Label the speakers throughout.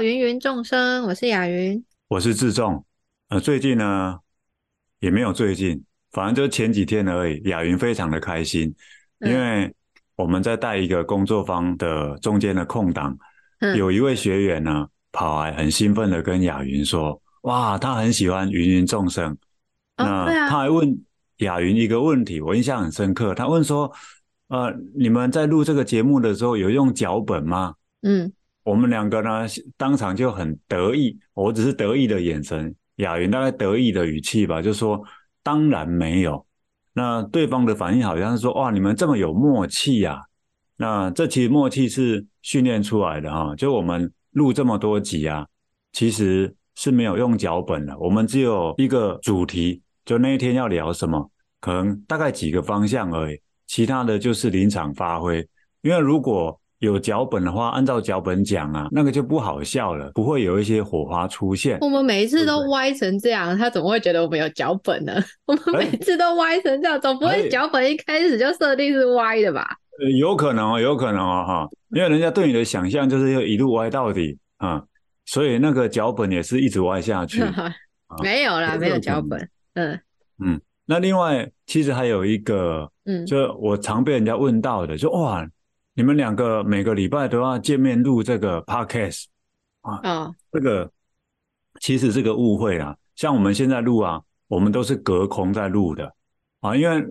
Speaker 1: 芸芸众生，我是雅云。
Speaker 2: 我是志仲。呃，最近呢也没有最近，反正就前几天而已。雅云非常的开心，因
Speaker 1: 嗯
Speaker 2: 为我们在带一个工作坊的中间的空档，
Speaker 1: 嗯
Speaker 2: 有一位学员呢跑来很兴奋的跟雅云说：“哇，他很喜欢芸芸众生。”
Speaker 1: 哦，对
Speaker 2: 那他
Speaker 1: 啊，
Speaker 2: 还问雅云一个问题，我印象很深刻。他问说：“呃，你们在录这个节目的时候有用脚本吗？”
Speaker 1: 嗯，
Speaker 2: 我们两个呢，当场就很得意，我只是得意的眼神，雅云大概得意的语气吧，就说当然没有。那对方的反应好像是说，哇，你们这么有默契呀、那这其实默契是训练出来的哈、就我们录这么多集啊，其实是没有用脚本的，我们只有一个主题，就那一天要聊什么，可能大概几个方向而已，其他的就是临场发挥。因为如果有脚本的话，按照脚本讲啊，那个就不好笑了，不会有一些火花出现。
Speaker 1: 我们每一次
Speaker 2: 对不
Speaker 1: 都
Speaker 2: 对
Speaker 1: 歪成这样，他怎么会觉得我们有脚本呢？ 我们
Speaker 2: 哎
Speaker 1: 每次都歪成这样，总不
Speaker 2: 哎
Speaker 1: 会脚本一开始就设定是歪的吧？
Speaker 2: 呃有可能哦，有可能哦，哈，因为人家对你的想象就是要一路歪到底啊、所以那个脚本也是一直歪下 去。
Speaker 1: 没有啦，
Speaker 2: 有
Speaker 1: 没有
Speaker 2: 可
Speaker 1: 脚
Speaker 2: 能
Speaker 1: 本。嗯
Speaker 2: 那另外，其实还有一个，
Speaker 1: 嗯，
Speaker 2: 就我常被人家问到的，就哇，你们两个每个礼拜都要见面录这个 podcast，
Speaker 1: 哦，
Speaker 2: 这个其实是个误会啊。像我们现在录啊，我们都是隔空在录的啊，因为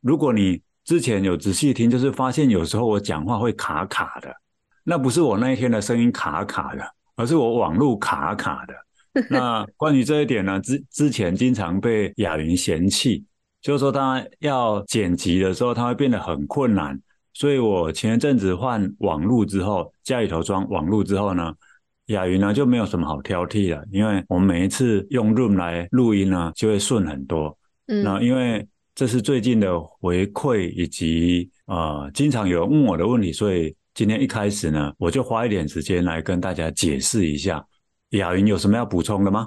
Speaker 2: 如果你之前有仔细听，就是发现有时候我讲话会卡卡的，那不是我那一天的声音卡卡的，而是我网路卡卡的。那关于这一点呢，之之前经常被雅云嫌弃，就是说他要剪辑的时候，他会变得很困难。所以我前一阵子换网路之后，家里头装网路之后呢，雅云啊呢就没有什么好挑剔了，因为我们每一次用 Room 来录音呢，就会顺很多。那
Speaker 1: 嗯
Speaker 2: 因为这是最近的回馈，以及呃，经常有人问我的问题，所以今天一开始呢，我就花一点时间来跟大家解释一下。雅云有什么要补充的吗？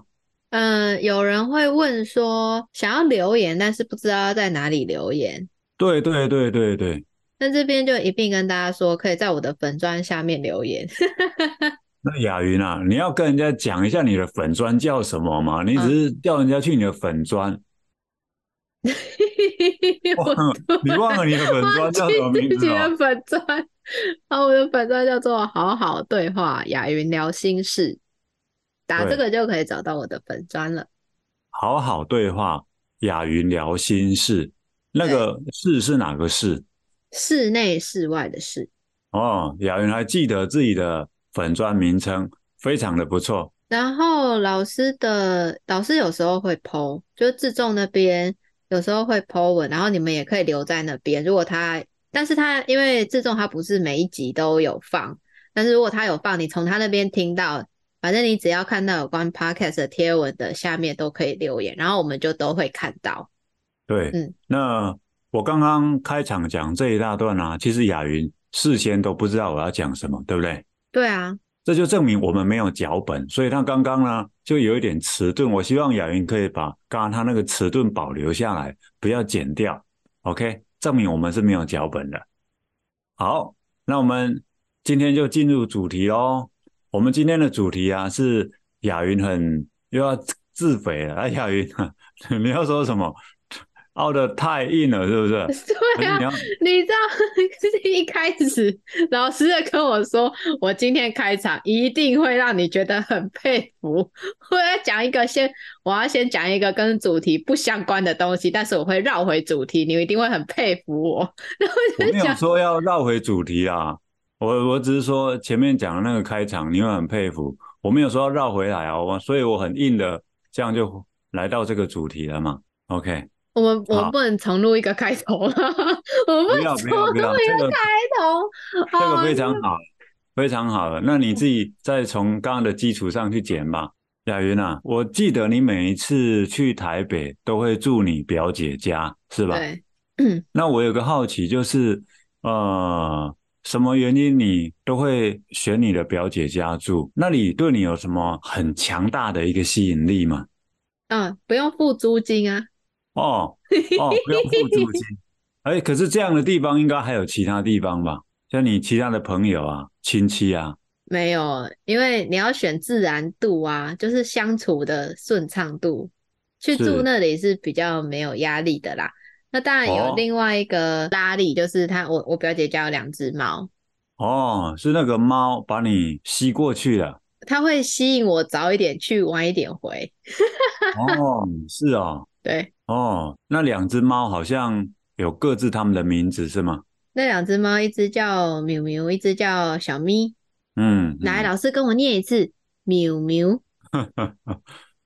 Speaker 1: 嗯，有人会问说想要留言，但是不知道在哪里留言。
Speaker 2: 对对对对对，
Speaker 1: 那这边就一并跟大家说，可以在我的粉砖下面留言。
Speaker 2: 那雅云啊，你要跟人家讲一下你的粉砖叫什么吗？你只是叫人家去你的粉砖，忘了你忘了你的粉砖
Speaker 1: 忘记
Speaker 2: 叫什么名
Speaker 1: 自己
Speaker 2: 字
Speaker 1: 的
Speaker 2: 哦？
Speaker 1: 粉钻，然后我的粉钻叫做“好好对话”，雅云聊心事，打
Speaker 2: 对
Speaker 1: 这个就可以找到我的粉钻了。
Speaker 2: 好好对话，雅云聊心事，那个事是哪个事？
Speaker 1: 室内室外的事，
Speaker 2: 哦，雅云还记得自己的粉砖名称，非常的不错。
Speaker 1: 然后老师的老师有时候会 po，就是自重那边有时候会 po 文，然后你们也可以留在那边。如果他，但是他因为自重他不是每一集都有放，但是如果他有放，你从他那边听到，反正你只要看到有关 podcast 的贴文的下面都可以留言，然后我们就都会看到。
Speaker 2: 对，
Speaker 1: 嗯
Speaker 2: 那我刚刚开场讲这一大段啊，其实雅云事先都不知道我要讲什么，对不对？
Speaker 1: 对啊，
Speaker 2: 这就证明我们没有脚本，所以他刚刚呢就有一点迟钝。我希望雅云可以把刚刚他那个迟钝保留下来，不要剪掉。OK，证明我们是没有脚本的。好，那我们今天就进入主题喽。我们今天的主题啊是雅云很又要自自肥了。哎，雅云， 你要说什么？ 凹的太硬了，是 不是？还
Speaker 1: 对
Speaker 2: 是
Speaker 1: 啊
Speaker 2: 你，要
Speaker 1: 你知道， 就是一开始老师的跟我说，我今天开场一定会让你觉得很佩服。我要讲一个先，我要先讲一个跟主题不相关的东西，但是我会绕回主题，你一定会很佩服我。 然后 我
Speaker 2: 我
Speaker 1: 就
Speaker 2: 没有
Speaker 1: 讲，
Speaker 2: 说要绕回主题啊，我我只是说前面讲的那个开场，你会很佩服。我没有说要绕回来啊，我所以我很硬的，这样就来到这个主题了嘛。OK，
Speaker 1: 我们我
Speaker 2: 好
Speaker 1: 们不能重录一个开头吗？ 我们
Speaker 2: 不
Speaker 1: 能
Speaker 2: 要
Speaker 1: 重
Speaker 2: 不
Speaker 1: 录一
Speaker 2: 要不要，这
Speaker 1: 个
Speaker 2: 个
Speaker 1: 开头。
Speaker 2: 这个
Speaker 1: 好
Speaker 2: 非常好，非常好了。那你自己再从刚刚的基础上去剪吧。雅云啊，我记得你每一次去台北都会住你表姐家，是吧？
Speaker 1: 啊对，
Speaker 2: 那我有个好奇，就是呃，什么原因你都会选你的表姐家住？那里对你有什么很强大的一个吸引力吗？
Speaker 1: 嗯，不用付租金啊。
Speaker 2: 哦哦，不用付租金。哎，可是这样的地方应该还有其他地方吧？像你其他的朋友啊、亲戚啊，
Speaker 1: 没有，因为你要选自然度啊，就是相处的顺畅度。去
Speaker 2: 是
Speaker 1: 住那里是比较没有压力的啦。那当然有
Speaker 2: 哦
Speaker 1: 另外一个拉力，就是他我我表姐家有两只猫，
Speaker 2: 哦，是那个猫把你吸过去了。
Speaker 1: 它会吸引我早一点去，晚一点回。
Speaker 2: 哦，是哦，
Speaker 1: 对，
Speaker 2: 哦，那两只猫好像有各自它们的名字是吗？
Speaker 1: 那两只猫，一只叫喵喵，一只叫小咪。
Speaker 2: 嗯，
Speaker 1: 来，老师跟我念一次，喵喵。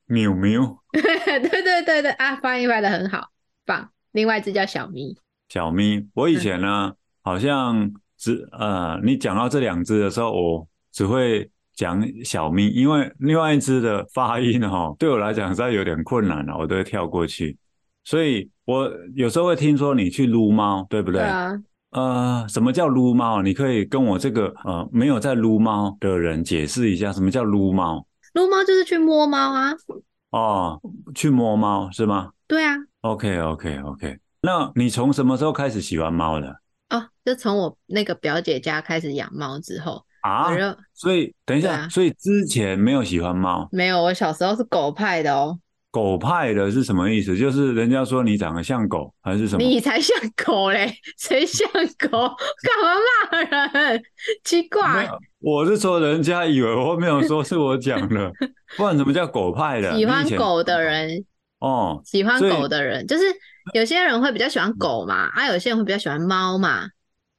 Speaker 2: 喵喵，
Speaker 1: 对对对对啊，发音发的很好，棒。另外一只叫小咪，
Speaker 2: 小咪。我以前呢，好像只呃，你讲到这两只的时候，我只会讲小咪，因为另外一只的发音哦，对我来讲实在有点困难了，我都会跳过去。所以我有时候会听说你去撸猫，对不对？
Speaker 1: 对啊，
Speaker 2: 呃，什么叫撸猫？你可以跟我这个呃没有在撸猫的人解释一下，什么叫撸猫？
Speaker 1: 撸猫就是去摸猫啊，
Speaker 2: 哦，去摸猫是吗
Speaker 1: 对啊，
Speaker 2: ？OK OK OK。那你从什么时候开始喜欢猫的
Speaker 1: 哦，就从我那个表姐家开始养猫之后，
Speaker 2: 啊
Speaker 1: 我？就
Speaker 2: 所以等一
Speaker 1: 对
Speaker 2: 下，
Speaker 1: 啊
Speaker 2: 所以之前没有喜欢猫，
Speaker 1: 没有，我小时候是狗派的哦，
Speaker 2: 狗派的是什么意思？就是人家说你长得像狗还是什么？
Speaker 1: 你才像狗嘞，谁像狗？干嘛骂人？奇
Speaker 2: 没
Speaker 1: 怪，
Speaker 2: 有，我是说人家以为我没有说是我讲 的，不然什么叫狗派的？
Speaker 1: 喜
Speaker 2: 你以
Speaker 1: 欢
Speaker 2: 前
Speaker 1: 狗的人，
Speaker 2: 哦，
Speaker 1: 喜欢
Speaker 2: 所以
Speaker 1: 狗的人，就是有些人会比较喜欢狗嘛，啊，有些人会比较喜欢猫嘛，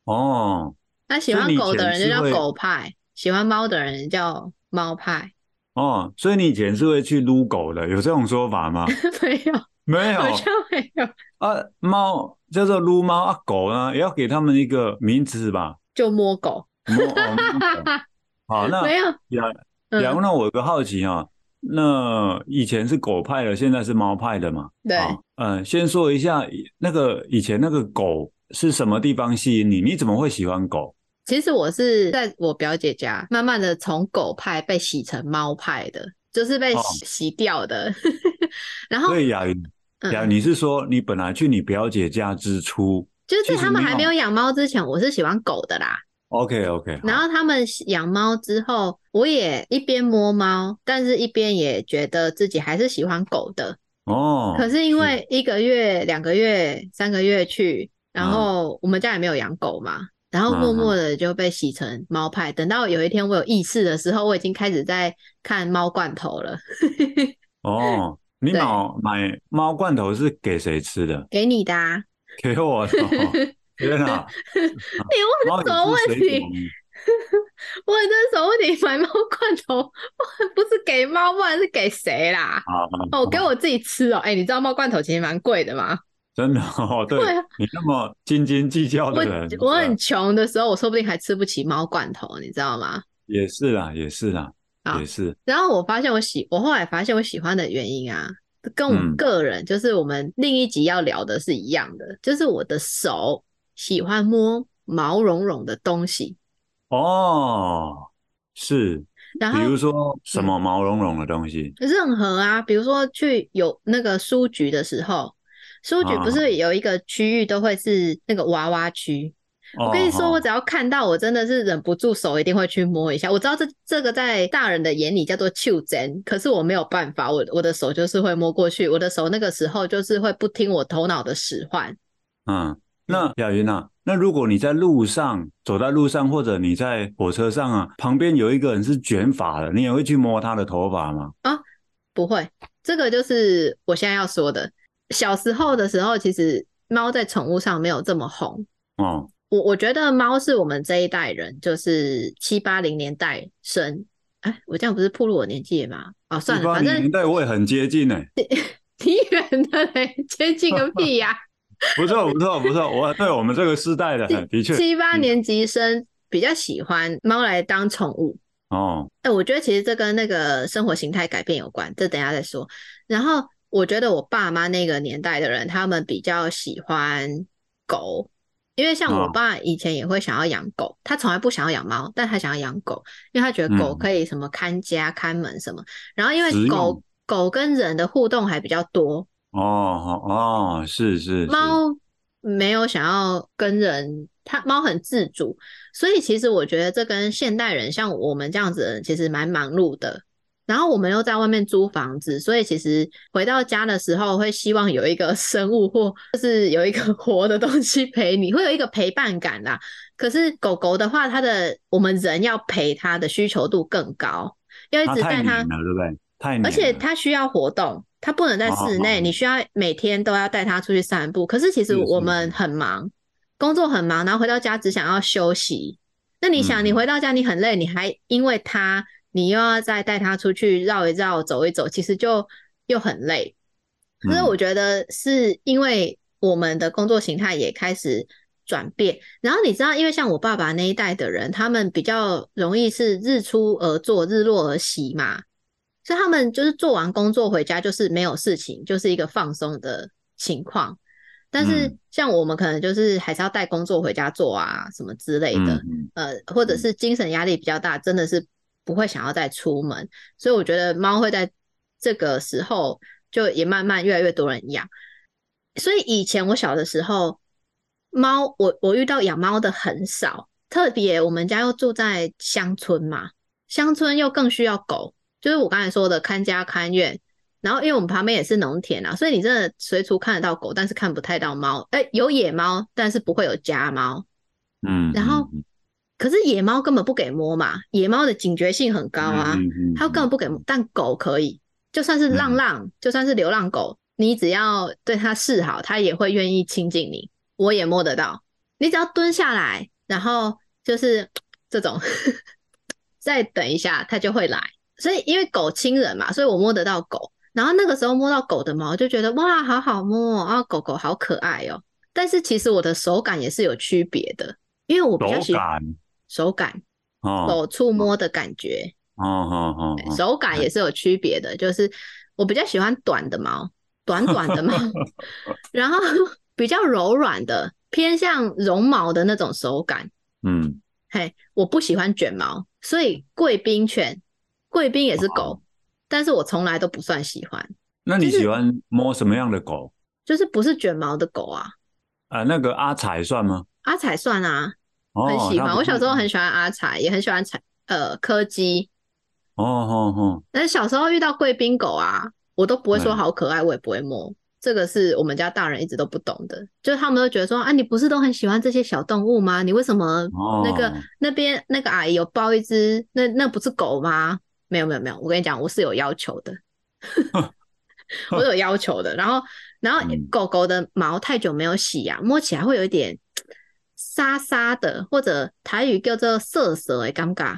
Speaker 2: 哦，
Speaker 1: 那喜
Speaker 2: 所以
Speaker 1: 欢
Speaker 2: 你以
Speaker 1: 狗的
Speaker 2: 前
Speaker 1: 人
Speaker 2: 是
Speaker 1: 就叫
Speaker 2: 会
Speaker 1: 狗派，喜欢猫的人叫猫派，
Speaker 2: 哦，所以你以前是会去撸狗的，有这种说 法吗？
Speaker 1: 没有，
Speaker 2: 没有
Speaker 1: 好像没有，
Speaker 2: 啊，猫叫做撸猫啊，狗呢也要给他们一个名词吧？
Speaker 1: 就摸狗，
Speaker 2: 摸哦摸
Speaker 1: 哈
Speaker 2: 狗啊
Speaker 1: 哈，
Speaker 2: 好，那
Speaker 1: 没有，
Speaker 2: 杨
Speaker 1: 嗯
Speaker 2: 杨，，那我有个好奇啊，那以前是狗派的，现在是猫派的嘛？
Speaker 1: 对。
Speaker 2: 啊，嗯，先说一下那个以前那个狗是什么地方吸引你？你怎么会喜欢狗？
Speaker 1: 其实我是在我表姐家，慢慢的从狗派被洗成猫派的，就是被
Speaker 2: 哦
Speaker 1: 洗洗掉的。 然后
Speaker 2: 所，以雅云，雅
Speaker 1: 哦
Speaker 2: 云，
Speaker 1: 嗯，
Speaker 2: 你是说你本来去你表姐家之初
Speaker 1: 就是
Speaker 2: 其
Speaker 1: 在
Speaker 2: 实
Speaker 1: 他们
Speaker 2: 没
Speaker 1: 还没
Speaker 2: 有
Speaker 1: 有养猫之前，我是喜欢狗的啦。
Speaker 2: ？OK OK，
Speaker 1: 然后他们养猫之后，我也一边摸猫，但是一边也觉得自己还是喜欢狗的。
Speaker 2: 哦，
Speaker 1: 可是因为一个月、两个月、三个月去，然
Speaker 2: 嗯
Speaker 1: 后我们家也没有养狗嘛，然
Speaker 2: 啊
Speaker 1: 后默默的就被洗成猫派。等到有一天我有意识的时候，我已经开始在看猫罐头了。
Speaker 2: 哦，你
Speaker 1: 对
Speaker 2: 买买猫罐头是给谁吃的？
Speaker 1: 给你的、啊，
Speaker 2: 给 我的哦、天哪！
Speaker 1: 你问哎我这什么
Speaker 2: 猫也
Speaker 1: 问
Speaker 2: 是水
Speaker 1: 题
Speaker 2: 果？吗
Speaker 1: 问我这什么问题？买猫罐头，我不是给猫，不然是给谁啦？
Speaker 2: 啊，
Speaker 1: 哦，给我自己吃哦。哎、你知道猫罐头其实蛮贵的吗？
Speaker 2: 真的哦，对
Speaker 1: 对啊
Speaker 2: 你那么斤斤计较
Speaker 1: 我
Speaker 2: 的人，
Speaker 1: 我
Speaker 2: 哦对
Speaker 1: 很穷的时候，我说不定还吃不起猫罐头，你知道吗？
Speaker 2: 也是啦，也是啦，
Speaker 1: 啊
Speaker 2: 也是
Speaker 1: 然后我发现我喜，我后来发现我喜欢的原因啊，跟我
Speaker 2: 嗯
Speaker 1: 个人、就是我们另一集要聊的是一样的，就是我的手喜欢摸毛茸茸的东西，
Speaker 2: 哦，是，
Speaker 1: 然
Speaker 2: 比
Speaker 1: 后嗯
Speaker 2: 如说什么毛茸茸的东西，
Speaker 1: 任何啊，比如说去有那个书局的时候，书局不
Speaker 2: 啊
Speaker 1: 是有一个区域都会是那个娃娃区？
Speaker 2: 哦
Speaker 1: 我跟你说，我
Speaker 2: 哦
Speaker 1: 只要看到，我真的是忍不住手一定会去摸一下。我知道这这个在大人的眼里叫做袖珍，可是我没有办法，我我的手就是会摸过去，我的手那个时候就是会不听我头脑的使唤。
Speaker 2: 嗯，那雅云啊，那如果你在路上走在路上，或者你在火车上啊，旁边有一个人是卷发的，你也会去摸他的头发吗？
Speaker 1: 不会，这个就是我现在要说的。小时候的时候，其实猫在宠物上没有这么红，
Speaker 2: 哦，
Speaker 1: 我我觉得猫是我们这一代人，就是七八零年代生。哎，我这样不是暴露我年纪了吗？哦，算
Speaker 2: 一
Speaker 1: 了，
Speaker 2: 八
Speaker 1: 反
Speaker 2: 零
Speaker 1: 正
Speaker 2: 年代我也很接近诶、
Speaker 1: 挺远的嘞，接近个屁呀、
Speaker 2: 不错，不错，不错，我对我们这个世代的，的确，
Speaker 1: 七八年级生比较喜欢猫来当宠物。
Speaker 2: 哦，
Speaker 1: 哎，我觉得其实这跟那个生活形态改变有关，这等一下再说。然后我觉得我爸妈那个年代的人，他们比较喜欢狗，因为像我
Speaker 2: 哦
Speaker 1: 爸以前也会想要养狗，他从来不想要养猫，但他想要养狗，因为他觉得狗
Speaker 2: 嗯
Speaker 1: 可以什么看家、看门什么。然后因
Speaker 2: 实
Speaker 1: 为
Speaker 2: 用
Speaker 1: 狗狗跟人的互动还比较多，
Speaker 2: 哦，哦，是是是，
Speaker 1: 猫没有想要跟人，它猫很自主，所以其实我觉得这跟现代人像我们这样子的人其实蛮忙碌的。然后我们又在外面租房子，所以其实回到家的时候会希望有一个 生物或就是有一个 活的东西陪你，会有一个陪伴感啦。可是狗狗的话，它的我们人要陪它的需求度更高，要一
Speaker 2: 它
Speaker 1: 直
Speaker 2: 太
Speaker 1: 带
Speaker 2: 黏
Speaker 1: 它，
Speaker 2: 了，对不对？太黏了，
Speaker 1: 而且它需要活动，它不能在室内，
Speaker 2: 哦
Speaker 1: 你需要每天都要带它出去散步。可是其实
Speaker 2: 是是
Speaker 1: 我们很忙，工作很忙，然后回到家只想要休息。那你想，
Speaker 2: 嗯
Speaker 1: 你回到家你很累，你还因为它，你又要再带它出去绕一绕、走一走，其实就又很累。可是
Speaker 2: 嗯
Speaker 1: 我觉得是因为我们的工作形态也开始转变，然后你知道，因为像我爸爸那一代的人，他们比较容易是日出而作，日落而息嘛，所以他们就是做完工作回家就是没有事情，就是一个放松的情况。但是
Speaker 2: 嗯
Speaker 1: 像我们可能就是还是要带工作回家做啊，什么之类的。
Speaker 2: 嗯
Speaker 1: 呃，或者
Speaker 2: 嗯
Speaker 1: 是精神压力比较大，真的是不会想要再出门。所以我觉得猫会在这个时候就也慢慢越来越多人养。所以以前我小的时候，猫我我遇到养猫的很少，特别我们家又住在乡村嘛，乡村又更需要狗，就是我刚才说的看家看院。然后，因为我们旁边也是农田啊，所以你真的随处看得到狗，但是看不太到猫。哎，有野猫，但是不会有家猫。
Speaker 2: 嗯，
Speaker 1: 然后
Speaker 2: 嗯
Speaker 1: 可是野猫根本不给摸嘛，野猫的警觉性
Speaker 2: 嗯
Speaker 1: 很高啊，，它根本不给摸。但狗可以，就算是浪浪，就算是流浪狗，你只要对它示好，它也会愿意亲近你。我也摸得到，你只要蹲下来，然后就是这种， 再等一下，它就会来。所以因为狗亲人嘛，所以我摸得到狗。然后那个时候摸到狗的毛，就觉得哇，好好摸哦，啊，狗狗好可爱哦。但是其实我的手感也是有区别的，因为我比较喜
Speaker 2: 手
Speaker 1: 欢
Speaker 2: 感
Speaker 1: 手感、
Speaker 2: 哦
Speaker 1: 手触摸的感觉，
Speaker 2: 哦哦哦哦，
Speaker 1: 手感也是有区别的。就是我比较喜欢短的毛，短短 的毛，然后 比较柔软的，偏向绒毛的那种手感。
Speaker 2: 嗯，
Speaker 1: 嘿，我不喜欢卷毛，所以贵宾犬，贵宾也是
Speaker 2: 哦
Speaker 1: 狗，但是我从来都不算喜欢，
Speaker 2: 那你
Speaker 1: 就是
Speaker 2: 喜欢摸什么样的狗
Speaker 1: 就是不是卷毛的狗啊。
Speaker 2: 啊？那个阿彩算吗？
Speaker 1: 阿彩算啊，
Speaker 2: 哦，
Speaker 1: 很喜
Speaker 2: 它
Speaker 1: 欢。
Speaker 2: 不
Speaker 1: 我小时候
Speaker 2: 是
Speaker 1: 很喜欢阿彩，也很喜欢彩呃柯基，
Speaker 2: 哦哦哦，
Speaker 1: 但是小时候遇到贵宾狗啊，我都不会说
Speaker 2: 嗯
Speaker 1: 好可爱，我也不会摸。这个是我们家大人一直都不懂的，就是他们都觉得说啊，你不是都很喜欢这些小动物吗？你为什么
Speaker 2: 哦
Speaker 1: 那个、那边那个阿姨有抱一只，那那不是狗吗？没有没有没有，我跟你讲，我是有要求 的，我有要求的。然后然后
Speaker 2: 嗯
Speaker 1: 狗狗的毛太久没有洗啊，摸起来会有一点沙沙的，或者台语叫做涩涩哎，尴尬，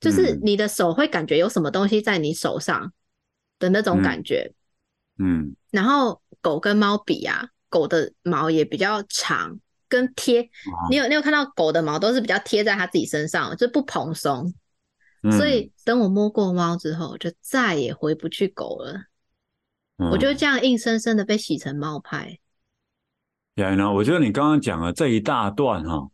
Speaker 1: 就是
Speaker 2: 嗯
Speaker 1: 你的手会感觉有什么东西在你手上的那种感觉。
Speaker 2: 嗯
Speaker 1: 然后狗跟猫比啊，狗的毛也比较长，跟贴。你有你有看到狗的毛都是比较贴在它自己身上，就不蓬松。
Speaker 2: 嗯，
Speaker 1: 所以等我摸过猫之后，我就再也回不去狗了。我
Speaker 2: 觉
Speaker 1: 就
Speaker 2: 得
Speaker 1: 这样硬生生的被洗成猫派。
Speaker 2: 呀，那我觉得你刚刚讲的这一大段哈、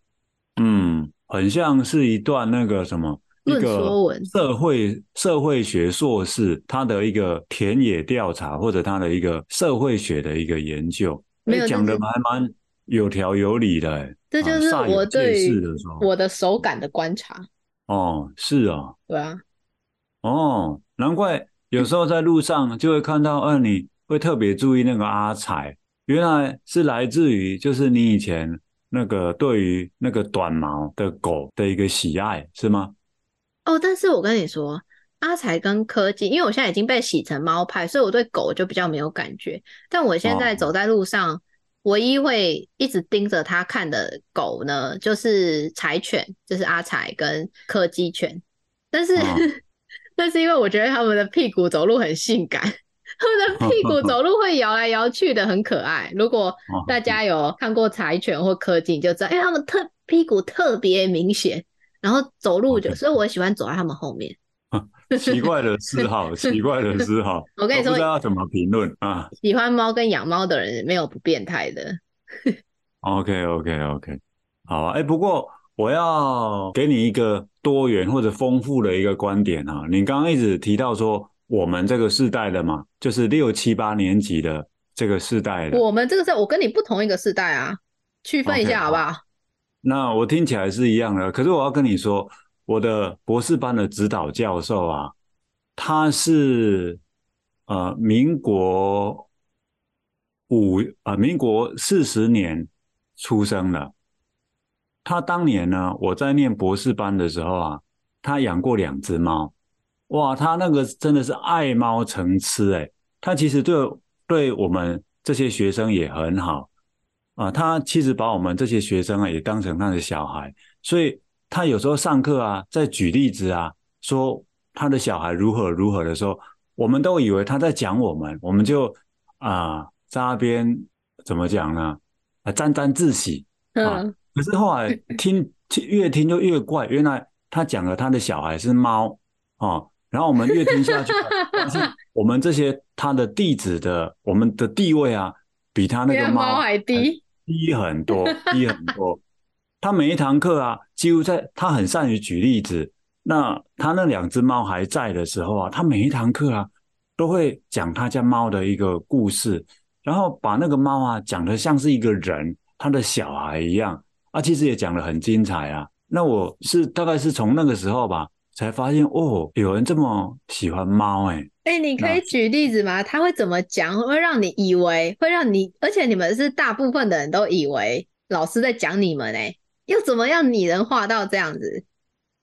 Speaker 2: 嗯，很像是一段那个什么一
Speaker 1: 论
Speaker 2: 个
Speaker 1: 说文
Speaker 2: 社会社会学硕士他的一个田野调查或者他的一个社会学的一个研究，
Speaker 1: 没有
Speaker 2: 诶讲
Speaker 1: 但
Speaker 2: 的
Speaker 1: 是
Speaker 2: 还蛮有条有理的、诶
Speaker 1: 这
Speaker 2: 啊
Speaker 1: 就是
Speaker 2: 煞有
Speaker 1: 我
Speaker 2: 介
Speaker 1: 对
Speaker 2: 事
Speaker 1: 于
Speaker 2: 的时候
Speaker 1: 我的手感的观察，
Speaker 2: 哦，是啊，
Speaker 1: 对啊，
Speaker 2: 哦，难怪有时候在路上就会看到，嗯，你会特别注意那个阿彩，原来是来自于就是你以前那个对于那个短毛的狗的一个喜爱，是吗？
Speaker 1: 哦，但是我跟你说，阿才跟柯基，因为我现在已经被洗成猫派，所以我对狗就比较没有感觉。但我现在
Speaker 2: 哦
Speaker 1: 走在路上，唯一会一直盯着它看的狗呢，就是柴犬，就是阿才跟柯基犬。但是，
Speaker 2: 哦
Speaker 1: 那是因为我觉得它们的屁股走路很性感， 它们的屁股走路会摇来摇去的，很可爱。如果
Speaker 2: 哦
Speaker 1: 大家有看过柴犬或柯基，你就知道，因为它们特屁股特别明显，然后走路就，
Speaker 2: OK 啊
Speaker 1: 所以我喜欢走在他们后面。
Speaker 2: 奇怪的嗜好，奇怪的嗜好，
Speaker 1: 我跟你
Speaker 2: 哦不知
Speaker 1: 说，
Speaker 2: 道要怎么评论啊。
Speaker 1: 喜欢猫跟养猫的人没有不变态的。
Speaker 2: OK OK OK，好啊，哎，不过我要给你一个多元或者丰富的一个观点啊。你刚刚一直提到说我们这个世代的嘛，就是六七八年级的这个世代的。
Speaker 1: 我们这个是我跟你不同一个世代啊，区分一
Speaker 2: OK，
Speaker 1: 下好不好？
Speaker 2: 那我听起来是一样的，可是我要跟你说，我的博士班的指导教授啊，他是呃民国五啊、民国四十年出生的。他当年呢，我在念博士班的时候啊，他养过两只猫，哇，他那个真的是爱猫成痴哎、他其实对对我们这些学生也很好啊，他其实把我们这些学生啊也当成他的小孩，所以他有时候上课啊，在举例子啊，说他的小孩如何如何的时候，我们都以为他在讲我们，我们就啊、在那边怎么讲呢？啊，沾沾自喜。啊
Speaker 1: 嗯，
Speaker 2: 可是后来听听越听就越怪，原来他讲了他的小孩是猫哦，然后我们越听下去，发现我们这些他的弟子的我们的地位啊，比他那
Speaker 1: 比
Speaker 2: 个
Speaker 1: 他
Speaker 2: 猫
Speaker 1: 猫还低。
Speaker 2: 低很多，低很多。 他每一堂课啊，几乎在他很善于举例子。那他那两只猫还在的时候啊，他每一堂课啊，都会讲他家猫的一个故事，然后把那个猫啊讲得像是一个人，他的小孩一样啊，其实也讲得很精彩啊。那我是大概是从那个时候吧，才发现哦，有人这么喜欢猫哎、
Speaker 1: 哎、你可
Speaker 2: 那
Speaker 1: 以举例子吗？他会怎么讲？会让你以为，会让你，而且你们是大部分的人都以为老师在讲你们哎、又怎么样拟人化到这样子？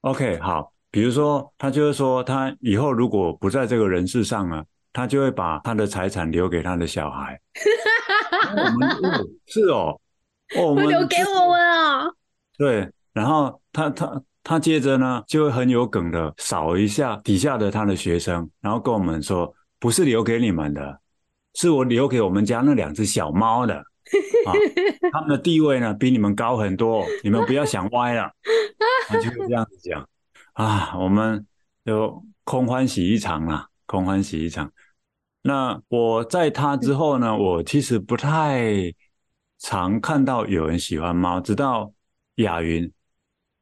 Speaker 2: OK，好，比如说，他就是说，他以后如果不在这个人世上了，他就会把他的财产留给他的 小孩。那我们哦是哦，哦，我
Speaker 1: 会
Speaker 2: 们
Speaker 1: 留给我们啊、
Speaker 2: 对，然后他他他接着呢，就会很有梗的扫一下底下的他的学生，然后跟我们说，不是留给你们的，是我留给我们家那两只小猫的。啊，他们的地位呢比你们高很多，你们不要想歪了。他就会这样子讲啊，我们就空欢喜一场啦，空欢喜一场。那我在他之后呢，我其实不太常看到有人喜欢猫，直到雅云，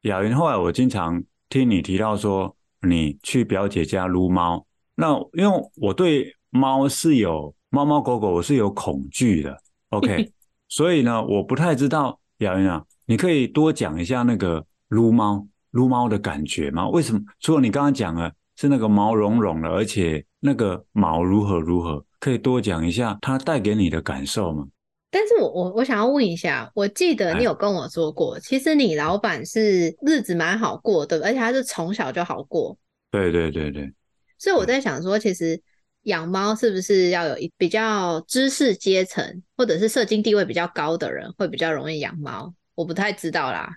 Speaker 2: 雅云后来我经常听你提到说你去表姐家撸猫，那因为我对猫是有猫猫狗狗我是有恐惧的，OK，所以呢，我不太知道雅云啊，你可以多讲一下那个撸猫撸猫的感觉吗？为什么？除了你刚刚讲了是那个毛茸茸的，而且那个毛如何如何，可以多讲一下它带给你的感受吗？
Speaker 1: 但是我我我想要问一下，我记得
Speaker 2: 哎
Speaker 1: 你有跟我说过，其实你老板是日子蛮好过，对不对？而且他是从小就好过，
Speaker 2: 对对对对，
Speaker 1: 所
Speaker 2: 嗯
Speaker 1: 以我在想说，其实养猫是不是要有一比较知识阶层或者是社经地位比较高的人会比较容易养猫？我不太知道啦，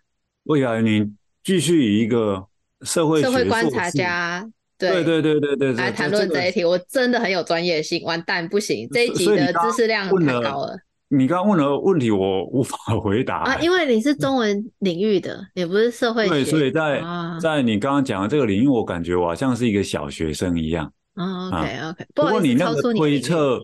Speaker 2: 魏雅云，你继续以一个社会
Speaker 1: 社会
Speaker 2: 学
Speaker 1: 观
Speaker 2: 硕
Speaker 1: 察
Speaker 2: 士
Speaker 1: 家
Speaker 2: 对对对对对对，
Speaker 1: 来谈
Speaker 2: 这
Speaker 1: 论
Speaker 2: 个
Speaker 1: 这一题，我真的很有专业性，完蛋不行，这一集
Speaker 2: 所以你
Speaker 1: 的
Speaker 2: 刚
Speaker 1: 知
Speaker 2: 刚
Speaker 1: 识量
Speaker 2: 问
Speaker 1: 太
Speaker 2: 了
Speaker 1: 高了
Speaker 2: 你刚刚问的问题我无法回答
Speaker 1: 啊！因为你是中文领域的，也不是社会
Speaker 2: 哎嗯对，
Speaker 1: 学
Speaker 2: 所以在
Speaker 1: 啊。
Speaker 2: 在你刚刚讲的这个领域，我感觉我好像是一个小学生一样。
Speaker 1: 哦
Speaker 2: 啊
Speaker 1: ，OK OK，不
Speaker 2: 不
Speaker 1: 好
Speaker 2: 过
Speaker 1: 意
Speaker 2: 你
Speaker 1: 思，
Speaker 2: 那
Speaker 1: 超
Speaker 2: 个
Speaker 1: 出你的
Speaker 2: 推
Speaker 1: 领域，
Speaker 2: 测，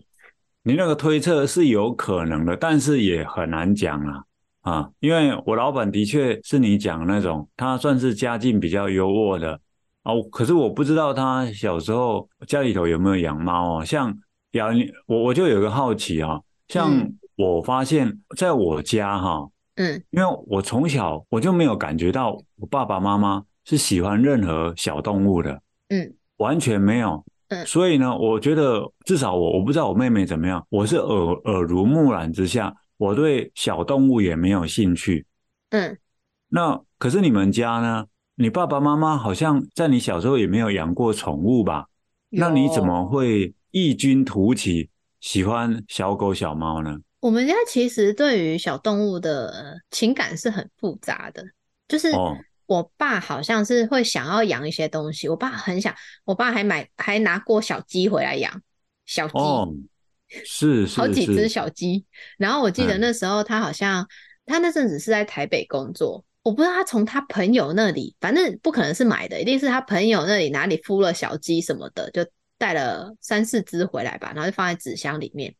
Speaker 2: 你那个推测是有可能的，但是也很难讲啦。啊，因为我老板的确是你讲那种，他算是家境比较优渥的啊，我可是我不知道他小时候家里头有没有养猫哦。像养我我就有个好奇啊、哦，像
Speaker 1: 嗯
Speaker 2: 我发现在我家哈、
Speaker 1: 嗯，
Speaker 2: 因为我从小我就没有感觉到我爸爸妈妈是喜欢任何小动物的，
Speaker 1: 嗯，
Speaker 2: 完全没有。
Speaker 1: 嗯
Speaker 2: 所以呢，我觉得至少我我不知道我妹妹怎么样，我是耳耳濡目染之下，我对小动物也没有兴趣。
Speaker 1: 嗯，
Speaker 2: 那可是你们家呢？你爸爸妈妈好像在你小时候也没有养过宠物吧？那你怎
Speaker 1: 有
Speaker 2: 么会异军突起，喜欢小狗小猫呢？
Speaker 1: 我们家其实对于小动物的呃情感是很复杂的，就是
Speaker 2: 哦，
Speaker 1: 我爸好像是会想要养一些东西，我爸很想，我爸还买还拿过小鸡回来养，小鸡、
Speaker 2: 哦，是是
Speaker 1: 好几
Speaker 2: 是
Speaker 1: 只小鸡。然后我记得
Speaker 2: 嗯
Speaker 1: 那时候他好像他那阵子是在台北工作，我不知道他从他朋友那里，反正不可能是买的，一定是他朋友那里哪里孵了小鸡什么的，就带了三四只回来吧，然后就放在纸箱里面。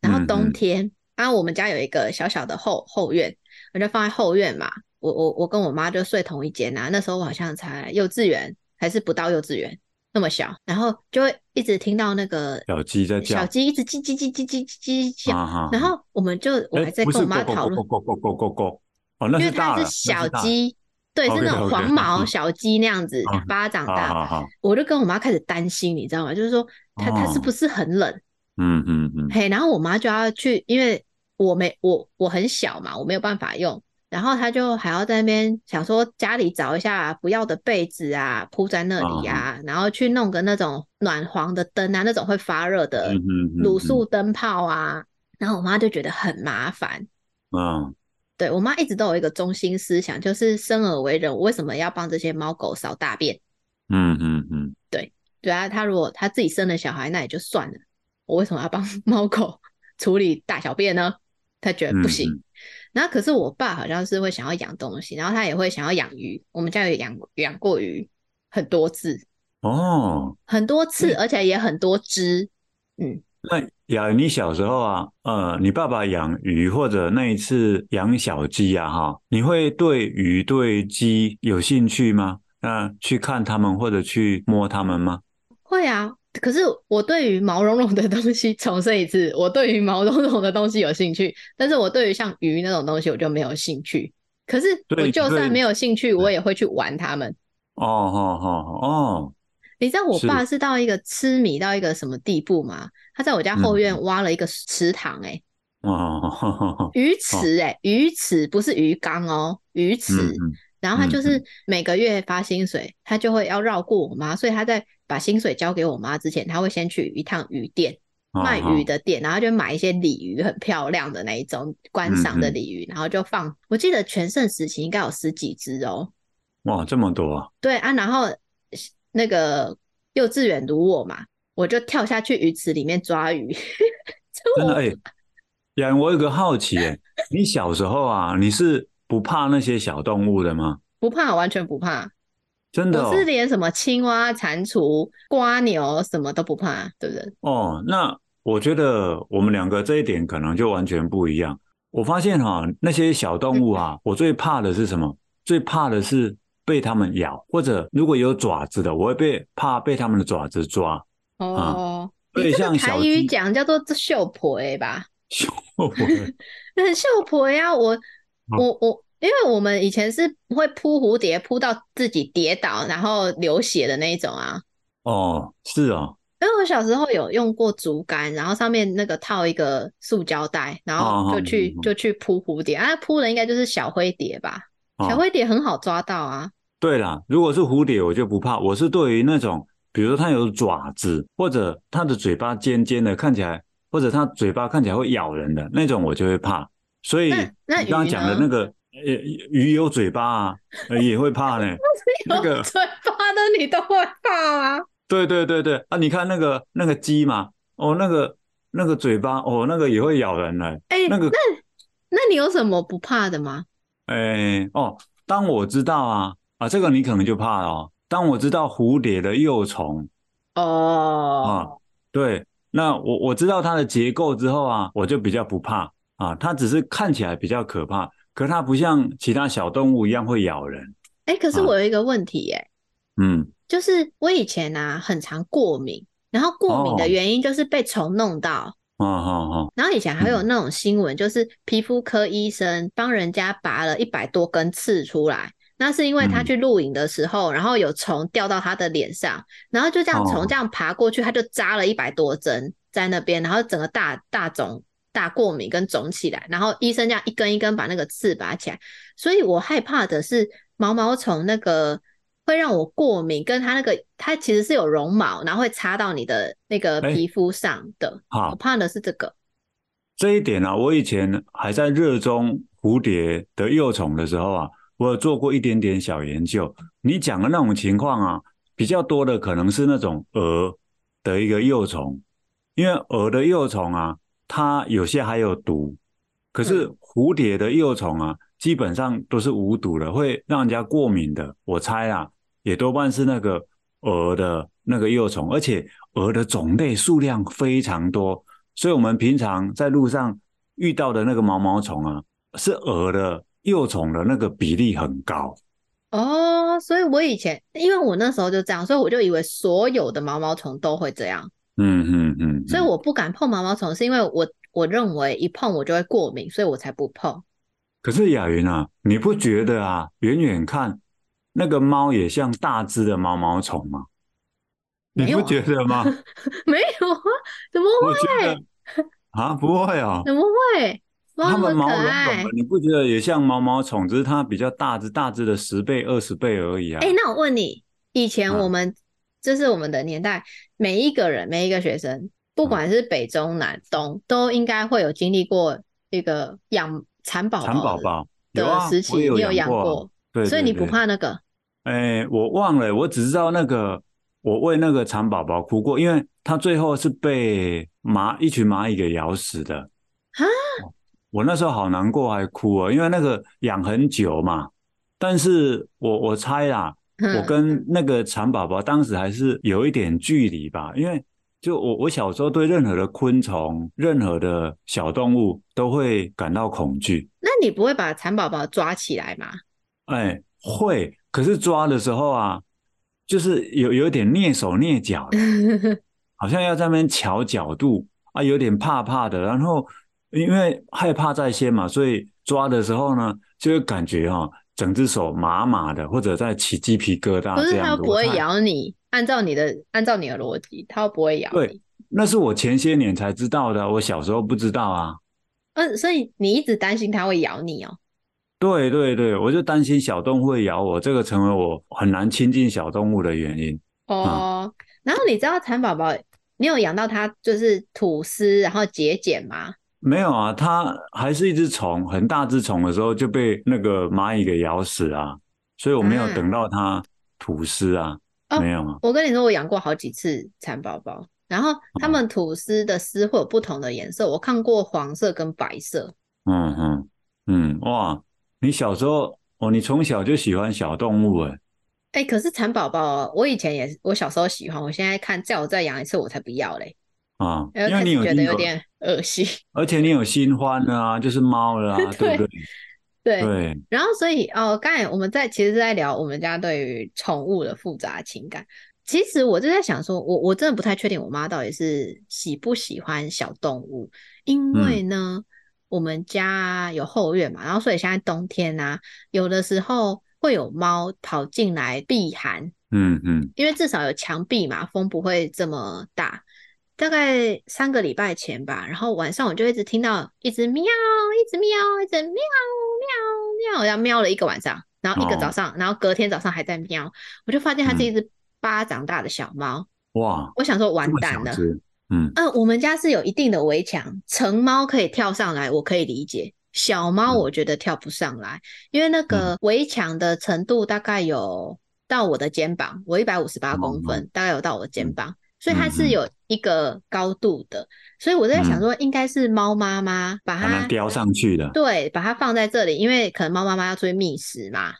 Speaker 1: 然后
Speaker 2: 嗯
Speaker 1: 冬
Speaker 2: 嗯
Speaker 1: 天，啊，我们家有一个小小的后后院，我就放在后院嘛。我我我跟我妈就睡同一间啊，那时候我好像才幼稚园还是不到幼稚园，那么小，然后就会一直听到那个
Speaker 2: 小鸡在叫
Speaker 1: 小，鸡一直叽叽叽叽叽叽叽叫，
Speaker 2: 啊哈
Speaker 1: 然后我们就我
Speaker 2: 哎
Speaker 1: 还在
Speaker 2: 不
Speaker 1: 跟
Speaker 2: 是
Speaker 1: 我妈讨论，
Speaker 2: ，go go go go go go go，哦，那
Speaker 1: 因
Speaker 2: 是
Speaker 1: 为
Speaker 2: 大
Speaker 1: 它
Speaker 2: 了，
Speaker 1: 是
Speaker 2: 那
Speaker 1: 小
Speaker 2: 大了，
Speaker 1: 鸡，对，是那种
Speaker 2: OK，OK，
Speaker 1: 黄毛
Speaker 2: 嗯
Speaker 1: 小鸡那样子
Speaker 2: 嗯，
Speaker 1: 巴掌
Speaker 2: 好
Speaker 1: 大，
Speaker 2: 好好，
Speaker 1: 我就跟我妈开始担心，你知道吗？就是说它它是
Speaker 2: 哦
Speaker 1: 不是很冷？
Speaker 2: 嗯嗯嗯，
Speaker 1: 嘿，然后我妈就要去，因为我没我我很小嘛，我没有办法用，然后她就还要在那边想说家里找一下不要的被子啊，铺在那里啊，然后去弄个那种暖黄的灯啊，那种会发热的
Speaker 2: 嗯嗯嗯
Speaker 1: 卤素灯泡啊，然后我妈就觉得很麻烦。
Speaker 2: 嗯，
Speaker 1: 对我妈一直都有一个中心思想，就是生而为人，我为什么要帮这些猫狗扫大便？
Speaker 2: 嗯嗯嗯，
Speaker 1: 对啊，她如果她自己生了小孩，那也就算了，我为什么要帮 猫狗处理大小便呢？她觉得
Speaker 2: 嗯
Speaker 1: 不行。，然后可是我爸好像是会想要养东西，然后他也会想要养鱼。我们家有养养过鱼很多次，
Speaker 2: 嗯哦，
Speaker 1: 很多次，而且也很多只。嗯，
Speaker 2: 那雅，你小时候啊，呃，你爸爸养鱼或者那一次养小鸡啊，哈，你会对鱼对鸡有兴趣吗？那、去看它们或者去摸它们吗？
Speaker 1: 会啊。可是我对于毛茸茸的东西，重申一次，我对于毛茸茸的东西有兴趣，但是我对于像鱼那种东西我就没有兴趣。可是
Speaker 2: 对
Speaker 1: 我就
Speaker 2: 对
Speaker 1: 算没有兴趣，我也会去玩它们。
Speaker 2: 哦哦哦哦，
Speaker 1: 你知道我
Speaker 2: 是
Speaker 1: 爸是到一个痴迷到一个什么地步吗？他在我家
Speaker 2: 嗯
Speaker 1: 后院挖了一个池塘、欸，
Speaker 2: 哦，
Speaker 1: 鱼池哎、鱼池不是鱼缸哦，鱼池。
Speaker 2: 嗯嗯
Speaker 1: 然后他就
Speaker 2: 嗯
Speaker 1: 是每个月发薪水，他就会要绕过我妈，所以他在把薪水交给我妈之前，他会先去一趟鱼店，
Speaker 2: 哦
Speaker 1: 卖鱼，的店，然后就买一些鲤鱼，很漂亮的那一种观赏
Speaker 2: 嗯
Speaker 1: 的鲤鱼，然后就放。我记得全盛时期应该有十几只哦。
Speaker 2: 哦哇，这么多啊，
Speaker 1: 对啊，然后那个幼稚园如我嘛，我就跳下去鱼池里面抓鱼。
Speaker 2: 真的哎，雅、我有个好奇哎，你小时候啊，你是不怕那些小动物的吗？
Speaker 1: 不怕，完全不怕。
Speaker 2: 真的、哦，
Speaker 1: 我是连什么青蛙、蟾蜍、瓜牛什么都不怕，对不对？
Speaker 2: 哦，那我觉得我们两个这一点可能就完全不一样。我发现哈、那些小动物啊，我最怕的是什么？最怕的是被它们咬，或者如果有爪子的，我会被怕被它们的爪子抓。
Speaker 1: 哦，
Speaker 2: 啊所
Speaker 1: 你
Speaker 2: 以
Speaker 1: 这
Speaker 2: 像
Speaker 1: 个台
Speaker 2: 小
Speaker 1: 语
Speaker 2: 鸡， 哦
Speaker 1: 讲叫做这秀婆欸吧？
Speaker 2: 我会
Speaker 1: 很秀婆呀，我
Speaker 2: 嗯
Speaker 1: 我我，因为我们以前是会扑蝴蝶，扑到自己跌倒然后流血的那一种啊。
Speaker 2: 哦，是哦，
Speaker 1: 因为我小时候有用过竹竿，然后上面那个套一个塑胶袋，然后就去
Speaker 2: 哦
Speaker 1: 就去扑蝴蝶啊，扑的应该就是小灰蝶吧？
Speaker 2: 哦
Speaker 1: 小灰蝶很好抓到啊。
Speaker 2: 对啦，如果是蝴蝶，我就不怕。我是对于那种，比如说它有爪子，或者它的嘴巴尖尖的，看起来，或者它嘴巴看起来会咬人的那种，我就会怕。所以
Speaker 1: 那那
Speaker 2: 你刚刚
Speaker 1: 鱼
Speaker 2: 讲的
Speaker 1: 呢
Speaker 2: 那个，呃，鱼有嘴巴啊，呃也会怕呢。那个
Speaker 1: 有嘴巴的你都会怕啊吗？
Speaker 2: 对对对对啊，你看那个那个鸡嘛，哦，那个那个嘴巴，哦，那个也会咬人呢。
Speaker 1: 哎、
Speaker 2: 那个
Speaker 1: 那你有什么不怕的吗？
Speaker 2: 哎，哦，当我知道啊啊，这个你可能就怕了哦。当我知道蝴蝶的幼虫。哦啊
Speaker 1: 哦，
Speaker 2: 对，那我我知道它的结构之后啊，我就比较不怕啊。它只是看起来比较可怕，可它不像其他小动物一样会咬人。
Speaker 1: 哎、可是
Speaker 2: 啊
Speaker 1: 我有一个问题、耶，
Speaker 2: 嗯，
Speaker 1: 就是我以前啊很常过敏，然后过敏
Speaker 2: 哦
Speaker 1: 的原因就是被虫弄到，
Speaker 2: 哦哦
Speaker 1: 然后以前还有那种新闻，就是皮肤科医生帮人家拔了一百多根刺出来。那是因为他
Speaker 2: 嗯
Speaker 1: 去露营的时候，然后有虫掉到他的脸上，然后就这样虫
Speaker 2: 哦
Speaker 1: 这样爬过去，他就扎了一百多针在那边，然后整个大大肿、大过敏跟肿起来，然后医生这样一根一根把那个刺拔起来。所以我害怕的是毛毛虫那个会让我过敏，跟它那个它其实是有绒毛，然后会插到你的那个
Speaker 2: 哎
Speaker 1: 皮肤上的。我
Speaker 2: 哦，好，
Speaker 1: 怕的是这个。
Speaker 2: 这一点啊，我以前还在热衷蝴蝶的幼虫的时候啊，我有做过一点点小研究。你讲的那种情况啊，比较多的可能是那种蛾的一个幼虫，因为蛾的幼虫啊，它有些还有毒，可是蝴蝶的幼虫啊，基本上都是无毒的，会让人家过敏的。我猜啊，也多半是那个蛾的那个幼虫，而且蛾的种类数量非常多，所以我们平常在路上遇到的那个毛毛虫啊，是蛾的幼虫的那个比例很高。
Speaker 1: 哦，哦，所以我以前因为我那时候就这样，所以我就以为所有的毛毛虫都会这样，
Speaker 2: 嗯嗯嗯，
Speaker 1: 所以我不敢碰毛毛虫，是因为我我认为一碰我就会过敏，所以我才不碰。
Speaker 2: 可是雅云啊，你不觉得啊，远远看那个猫也像大只的毛毛虫吗？
Speaker 1: 没
Speaker 2: 你
Speaker 1: 有
Speaker 2: 不
Speaker 1: 啊
Speaker 2: 觉 得吗？
Speaker 1: 没有啊，怎么
Speaker 2: 我
Speaker 1: 会？
Speaker 2: 觉得啊，不会哦，
Speaker 1: 怎么会？猫
Speaker 2: 它
Speaker 1: 那
Speaker 2: 们
Speaker 1: 么
Speaker 2: 毛
Speaker 1: 可
Speaker 2: 茸
Speaker 1: 爱
Speaker 2: 茸的。，你不觉得也像毛毛虫？只是它比较大只，大只的十倍、二十倍而已啊。
Speaker 1: 哎、那我问你，以前
Speaker 2: 嗯
Speaker 1: 我们、这是我们的年代，每一个人、每一个学生，
Speaker 2: 嗯
Speaker 1: 不管是北中南东，都应该会有经历过一个养蚕宝
Speaker 2: 蚕宝
Speaker 1: 的
Speaker 2: 宝有
Speaker 1: 哦的
Speaker 2: 啊，
Speaker 1: 时
Speaker 2: 我
Speaker 1: 期，
Speaker 2: 也
Speaker 1: 你
Speaker 2: 有
Speaker 1: 养
Speaker 2: 过啊，对，
Speaker 1: 所以
Speaker 2: 对
Speaker 1: 你不
Speaker 2: 对
Speaker 1: 怕那个？
Speaker 2: 哎，我忘了，我只知道那个，我为那个蚕宝宝哭过，因为它最后是被蚂一群蚂蚁给咬死的。
Speaker 1: 啊！
Speaker 2: 我那时候好难过，还哭哦，因为那个养很久嘛。但是我我猜啦，我
Speaker 1: 嗯
Speaker 2: 跟那个蚕宝宝当时还是有一点距离吧，因为就我我小时候对任何的昆虫、任何的小动物都会感到恐惧。
Speaker 1: 那你不会把蚕宝宝抓起来吗？
Speaker 2: 哎，会，可是抓的时候啊，就是有有点蹑手蹑脚 的，好像要在那边瞧角度啊，有点怕怕的。然后因为害怕在先嘛，所以抓的时候呢，就会感觉哦，整只手麻麻的，或者在起鸡皮疙瘩
Speaker 1: 不是，
Speaker 2: 啊
Speaker 1: 它
Speaker 2: 这样
Speaker 1: 又
Speaker 2: 子。
Speaker 1: 不
Speaker 2: 我
Speaker 1: 会
Speaker 2: 猜
Speaker 1: 咬你。按照你的，按照你的逻辑，它又不会咬
Speaker 2: 对
Speaker 1: 你。
Speaker 2: 那是我前些年才知道的，我小时候不知道啊。
Speaker 1: 嗯，所以你一直担心它会咬你哦。
Speaker 2: 对对对，我就担心小动物会咬我，这个成为我很难亲近小动物的原因。
Speaker 1: 哦，然后你知道蚕宝宝，你有养到它就是吐丝，然后节茧吗？
Speaker 2: 没有啊，它还是一只虫，很大只虫的时候就被那个蚂蚁给咬死啊，所以我没有
Speaker 1: 啊
Speaker 2: 等到它吐丝啊，
Speaker 1: 哦
Speaker 2: 没有啊，
Speaker 1: 我跟你说，我养过好几次蚕宝宝，然后
Speaker 2: 哦
Speaker 1: 它们吐丝的丝会有不同的颜色，我看过黄色跟白色。
Speaker 2: 嗯嗯嗯，哇，你小时候哦，你从小就喜欢小动物诶，
Speaker 1: 哎，可是蚕宝宝，我以前也是，我小时候喜欢，我现在看，叫我再养一次，我才不要嘞，
Speaker 2: 啊，
Speaker 1: 然
Speaker 2: 因
Speaker 1: 后
Speaker 2: 为
Speaker 1: 开始
Speaker 2: 你有
Speaker 1: 觉得
Speaker 2: 已经
Speaker 1: 有点恶心。
Speaker 2: 而且你有新欢了啊，就是猫 了啊，对不对？
Speaker 1: 对，
Speaker 2: 对，
Speaker 1: 然后所以哦，刚才我们在其实是在聊我们家对于宠物的复杂情感。其实我就在想说，我我真的不太确定我妈到底是喜不喜欢小动物，因为呢，我们家有后院嘛，然后所以现在冬天啊，有的时候会有猫跑进来避寒，
Speaker 2: 嗯嗯
Speaker 1: 因为至少有墙壁嘛，风不会这么大。大概三个礼拜前吧，然后晚上我就一直听到一直喵，一直喵，一直喵喵喵，然后喵了一个晚上，然后一个
Speaker 2: 哦嗯
Speaker 1: 早上，然后隔天早上还在喵，我就发现它是一只巴掌大的小猫，
Speaker 2: 哇，
Speaker 1: 我想说
Speaker 2: 这
Speaker 1: 完
Speaker 2: 么
Speaker 1: 蛋
Speaker 2: 小
Speaker 1: 了。
Speaker 2: 只，嗯
Speaker 1: 呃，我们家是有一定的围墙，成猫可以跳上来，我可以理解。小猫
Speaker 2: 嗯
Speaker 1: 我觉得跳不上来，因为那个围墙的程度大概有到我的肩膀，我一百五十八
Speaker 2: 哦
Speaker 1: 公分，大概有到我的肩
Speaker 2: 嗯
Speaker 1: 膀，所以它
Speaker 2: 嗯
Speaker 1: 是
Speaker 2: 嗯
Speaker 1: 有一个高度的。所以我在想
Speaker 2: 嗯
Speaker 1: 说，应该是猫妈妈把
Speaker 2: 把它
Speaker 1: 它
Speaker 2: 叼上去的，
Speaker 1: 啊对把它放在这里，因为可能猫妈妈要出去觅食嘛。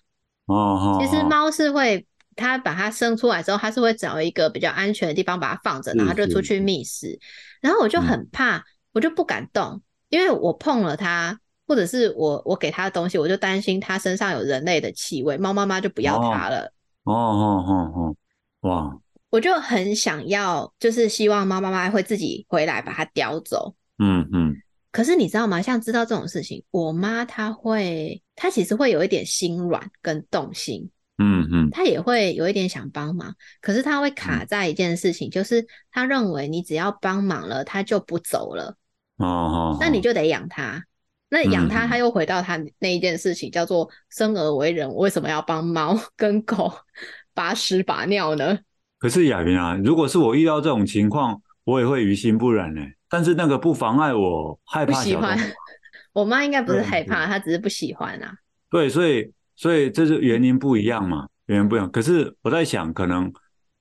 Speaker 2: 哦哦，
Speaker 1: 其实
Speaker 2: 哦
Speaker 1: 猫是会，它把它生出来之后，它是会找一个比较安全的地方把它放着，
Speaker 2: 是
Speaker 1: 然后它就是出去
Speaker 2: 是
Speaker 1: 觅食。然后我就
Speaker 2: 嗯
Speaker 1: 很怕，我就不敢动，因为我碰了它，或者是我我给它的东西，我就担心它身上有人类的气味，猫妈妈就不要它了。
Speaker 2: 哦哦哦哦，哇，
Speaker 1: 我就很想要，就是希望猫妈妈会自己回来把它叼走。
Speaker 2: 嗯嗯。
Speaker 1: 可是你知道吗？像知道这种事情，我妈她会，她其实会有一点心软跟动心。
Speaker 2: 嗯嗯
Speaker 1: 他也会有一点想帮忙，可是他会卡在一件事情，就是他认为你只要帮忙了，他就不走了，
Speaker 2: 哦哦，
Speaker 1: 那你就得养他。那养他，
Speaker 2: 嗯
Speaker 1: 他又回到他那一件事情，叫做生而为人，我为什么要帮猫 跟狗把屎把尿呢？
Speaker 2: 可是雅云啊，如果是我遇到这种情况，我也会于心不忍呢、欸但是那个不妨碍我害
Speaker 1: 不
Speaker 2: 怕
Speaker 1: 喜
Speaker 2: 小动
Speaker 1: 欢
Speaker 2: 物，。嗯
Speaker 1: 我妈应该不是害
Speaker 2: 对
Speaker 1: 怕，她只是不喜欢啊。
Speaker 2: 对，所以所以这是原因不一样嘛，原因不一样。可是我在想，可能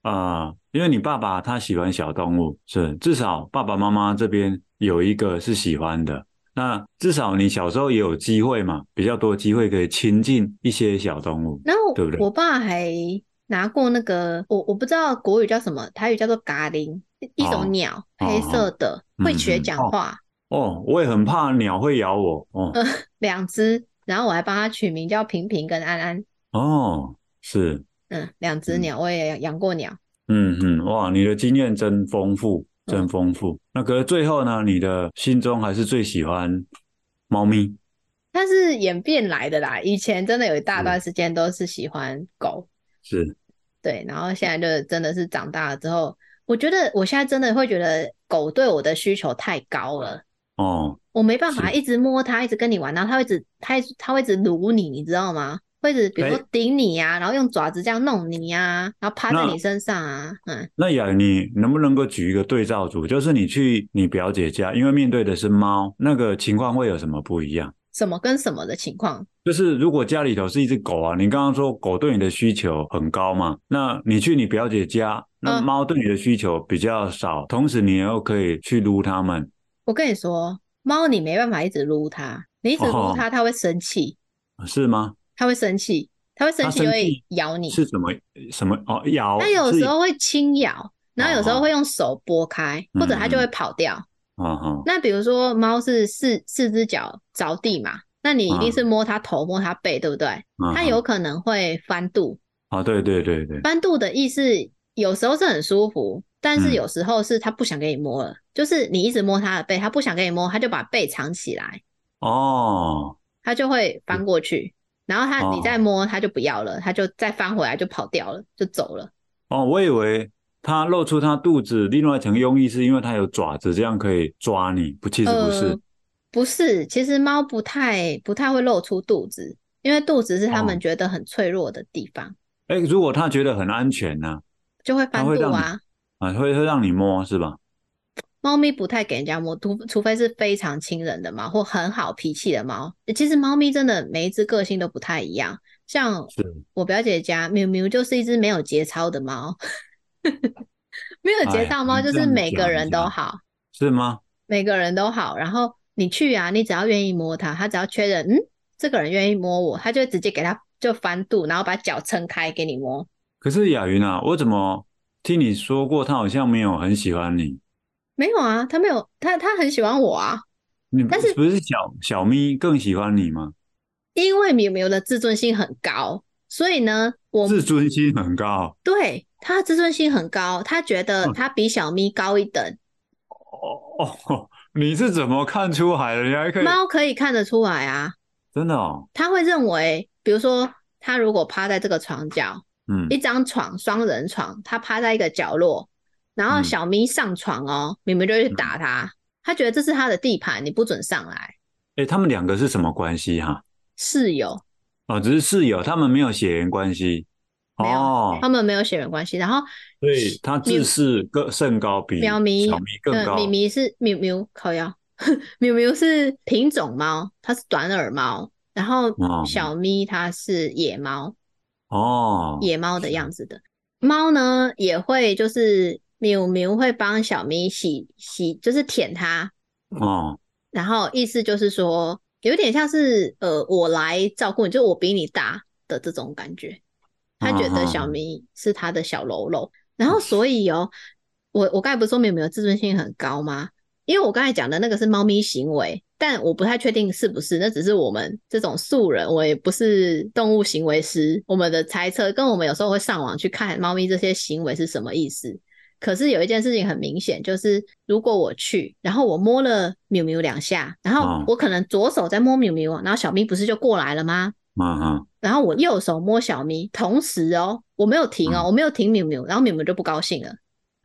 Speaker 2: 呃，因为你爸爸他喜欢小动物，是至少爸爸妈妈这边有一个是喜欢的。那至少你小时候也有机会嘛，比较多机会可以亲近一些小动物。
Speaker 1: 然后
Speaker 2: 对不对
Speaker 1: 我爸还拿过那个，我我不知道国语叫什么，台语叫做嘎铃，一
Speaker 2: 哦
Speaker 1: 种鸟，
Speaker 2: 哦
Speaker 1: 黑色的，会学
Speaker 2: 嗯嗯
Speaker 1: 讲
Speaker 2: 哦
Speaker 1: 话。
Speaker 2: 哦，我也很怕鸟会咬 我。哦
Speaker 1: 两只，然后我还帮它取名叫平平跟安安。
Speaker 2: 哦，是，
Speaker 1: 嗯，两只鸟，我也养过鸟。
Speaker 2: 嗯嗯，哇，你的经验真丰富，
Speaker 1: 嗯
Speaker 2: 真丰富。那可是最后呢，你的心中还是最喜欢猫咪。
Speaker 1: 它是演变来的啦，以前真的有一
Speaker 2: 嗯
Speaker 1: 大段时间都是喜欢狗，
Speaker 2: 是，
Speaker 1: 对，然后现在就真的是长大了之后，我觉得我现在真的会觉得狗对我的需求太高了，
Speaker 2: 哦，
Speaker 1: 我没办法
Speaker 2: 是
Speaker 1: 一直摸它，一直跟你玩，然后它会一直它一直它会一直撸你，你知道吗？会一直比如
Speaker 2: 哎
Speaker 1: 说顶你呀、然后用爪子这样弄你呀、然后趴在
Speaker 2: 那
Speaker 1: 你身上啊，嗯，
Speaker 2: 那雅，你能不能够举一个对照组，就是你去你表姐家，因为面对的是猫，那个情况会有什么不一样？
Speaker 1: 什么跟什么的情况，
Speaker 2: 就是如果家里头是一只狗啊，你刚刚说狗对你的需求很高嘛，那你去你表姐家，那
Speaker 1: 嗯
Speaker 2: 猫对你的需求比较少，同时你又可以去撸它们。
Speaker 1: 我跟你说，猫你没办法一直撸它，你一直撸
Speaker 2: 哦
Speaker 1: 它，它会生气，
Speaker 2: 是吗？
Speaker 1: 它会生气，它会生
Speaker 2: 它
Speaker 1: 气
Speaker 2: 生
Speaker 1: 就会
Speaker 2: 气
Speaker 1: 咬你。
Speaker 2: 是什么什么哦？咬？
Speaker 1: 它有
Speaker 2: 是
Speaker 1: 时候会轻咬，然后有时
Speaker 2: 哦
Speaker 1: 候
Speaker 2: 哦
Speaker 1: 会用手拨开，或者它就
Speaker 2: 嗯嗯
Speaker 1: 会跑掉。
Speaker 2: 哦哦
Speaker 1: 那比如说猫是四四只脚着地嘛，那你一定是摸它头、摸它背，对不对？
Speaker 2: 嗯
Speaker 1: 它有可能会翻肚，
Speaker 2: 啊，对对对对，
Speaker 1: 翻肚的意思有时候是很舒服，但是
Speaker 2: 嗯
Speaker 1: 有时候是它不想给你摸了，就是你一直摸它的背，它不想给你摸，它就把背藏起来，
Speaker 2: 哦
Speaker 1: 它就会翻过去。然后它，你再
Speaker 2: 嗯哦
Speaker 1: 摸它就不要了，它就再翻回来就跑掉了，就走了。
Speaker 2: 哦，我以为它露出它肚子另外一层用意是因为它有爪子，这样可以抓你，不，其实不是
Speaker 1: 呃，不是，其实猫不太不太会露出肚子，因为肚子是它们
Speaker 2: 哦
Speaker 1: 觉得很脆弱的地方，
Speaker 2: 哎，如果它觉得很安全呢、
Speaker 1: 就会
Speaker 2: 它
Speaker 1: 翻
Speaker 2: 会
Speaker 1: 肚
Speaker 2: 让你
Speaker 1: 啊。
Speaker 2: 啊，会会让你摸是吧？
Speaker 1: 猫咪不太给人家摸，除除非是非常亲人的猫或很好脾气的猫。其实猫咪真的每一只个性都不太一样，像
Speaker 2: 是
Speaker 1: 我表姐家喵喵就是一只没有节操的猫， 没有节
Speaker 2: 哎
Speaker 1: 操猫
Speaker 2: 你
Speaker 1: 就
Speaker 2: 这
Speaker 1: 是
Speaker 2: 样
Speaker 1: 每个
Speaker 2: 讲
Speaker 1: 人都
Speaker 2: 讲
Speaker 1: 好，
Speaker 2: 是吗？
Speaker 1: 每个人都好。然后你去啊，你只要愿意摸它，它只要确认，嗯，这个人愿意摸我，它就会直接给它就翻肚，然后把脚撑开给你摸。
Speaker 2: 可是雅云啊，我怎么听你说过它好像没有很喜欢你？
Speaker 1: 没有啊，它没有，它它很喜欢我啊，
Speaker 2: 你
Speaker 1: 但是
Speaker 2: 不是小小咪更喜欢你吗？
Speaker 1: 因为喵喵的自尊心很高，所以呢，我
Speaker 2: 自尊心很高
Speaker 1: 对它的自尊心很高，它觉得
Speaker 2: 嗯
Speaker 1: 它比小咪高一等，
Speaker 2: 哦哦， 你是怎么看出来的？你还可以
Speaker 1: 猫可以看得出来啊，
Speaker 2: 真的哦，
Speaker 1: 它会认为，比如说它如果趴在这个床角，
Speaker 2: 嗯
Speaker 1: 一张床，双人床，它趴在一个角落，然后
Speaker 2: 嗯
Speaker 1: 小咪上床哦，明明就去打它，它觉得这是它的地盘，你不准上来。
Speaker 2: 诶，他们两个是什么关系哈、
Speaker 1: 室友
Speaker 2: 哦，只是室友，他们没有血缘关系
Speaker 1: 没有
Speaker 2: 哦，
Speaker 1: 他们没有血缘关系，然后
Speaker 2: 所以他自视更甚高，比
Speaker 1: 喵咪
Speaker 2: 小咪更
Speaker 1: 呃
Speaker 2: 高
Speaker 1: 咪咪是咪咪靠腰， 咪咪是品种猫，它是短耳猫，然后
Speaker 2: 哦
Speaker 1: 小咪它是野猫，
Speaker 2: 哦，
Speaker 1: 野猫的
Speaker 2: 是
Speaker 1: 样子的。猫呢也会就是喵喵会帮小咪洗洗，就是舔它，
Speaker 2: 哦
Speaker 1: 然后意思就是说，有点像是呃，我来照顾你，就我比你大的这种感觉。他觉得小明是他的小喽啰，然后所以哦，我我刚才不是说有没有自尊心很高吗？因为我刚才讲的那个是猫咪行为，但我不太确定是不是，那只是我们这种素人，我也不是动物行为师，我们的猜测跟我们有时候会上网去看猫咪这些行为是什么意思。可是有一件事情很明显，就是如果我去，然后我摸了喵喵两下，然后
Speaker 2: 嗯
Speaker 1: 我可能左手在摸喵喵，然后小咪不是就过来了吗？
Speaker 2: 嗯嗯
Speaker 1: 然后我右手摸小咪，同时哦，我没有停哦，
Speaker 2: 嗯
Speaker 1: 我没有停喵喵，然后喵喵就不高兴了，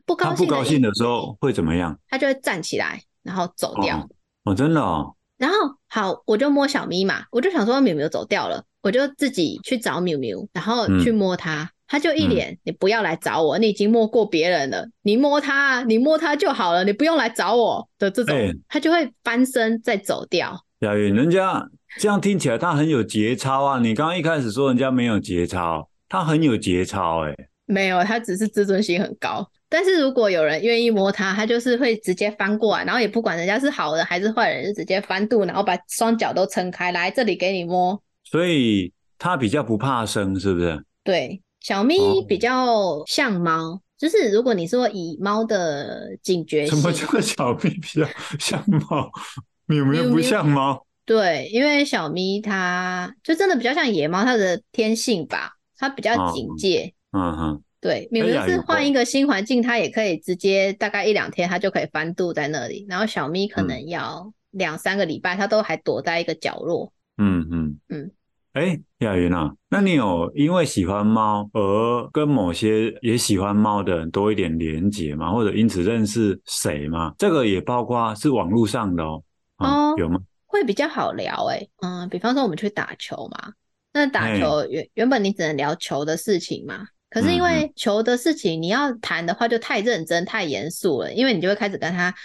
Speaker 1: 不
Speaker 2: 他
Speaker 1: 高
Speaker 2: 不
Speaker 1: 兴
Speaker 2: 高兴的时候会怎么样？
Speaker 1: 他就会站起来，然后走掉。
Speaker 2: 哦哦，真的哦，
Speaker 1: 然后好，我就摸小咪嘛，我就想说淼淼走掉了，我就自己去找淼淼，然后去摸它，它就一脸、你不要来找我，你已经摸过别人了，你摸它，你摸它就好了，你不用来找我的这种
Speaker 2: 哎，
Speaker 1: 它、就会翻身再走掉。
Speaker 2: 雅云，人家这样听起来他很有节操啊！你刚刚一开始说人家没有节操，他很有节操哎、
Speaker 1: 没有，它只是自尊心很高。但是如果有人愿意摸它，它就是会直接翻过来，然后也不管人家是好人还是坏人，就直接翻肚，然后把双脚都撑开来，这里给你摸，
Speaker 2: 所以他比较不怕生，是不是？
Speaker 1: 对，小咪
Speaker 2: 哦
Speaker 1: 比较像猫，就是如果你说以猫的警觉
Speaker 2: 什么
Speaker 1: 性，
Speaker 2: 叫小咪比较 像猫？你们又不像猫
Speaker 1: 对，因为小咪它就真的比较像野猫，它的天性吧，它比较
Speaker 2: 哦
Speaker 1: 警戒。
Speaker 2: 嗯哼，
Speaker 1: 对，米
Speaker 2: 哎
Speaker 1: 明
Speaker 2: 呀
Speaker 1: 是
Speaker 2: 有
Speaker 1: 换
Speaker 2: 够
Speaker 1: 一个新环境，它也可以直接大概一两天，它就可以翻肚在那里。然后小咪可
Speaker 2: 嗯
Speaker 1: 能要两三个礼拜，它都还躲在一个角落。
Speaker 2: 嗯嗯
Speaker 1: 嗯。
Speaker 2: 哎，亚云啊，那你有因为喜欢猫而跟某些也喜欢猫的人多一点连结吗？或者因此认识谁吗？这个也包括是网络上的哦。啊
Speaker 1: 哦
Speaker 2: 有吗？
Speaker 1: 会比较好聊诶、嗯，比方说我们去打球嘛，那打
Speaker 2: 嘿
Speaker 1: 球原原本你只能聊球的事情嘛，可是因
Speaker 2: 嗯
Speaker 1: 为球的事情你要谈的话就太认真太严肃了，因为你就会开始跟他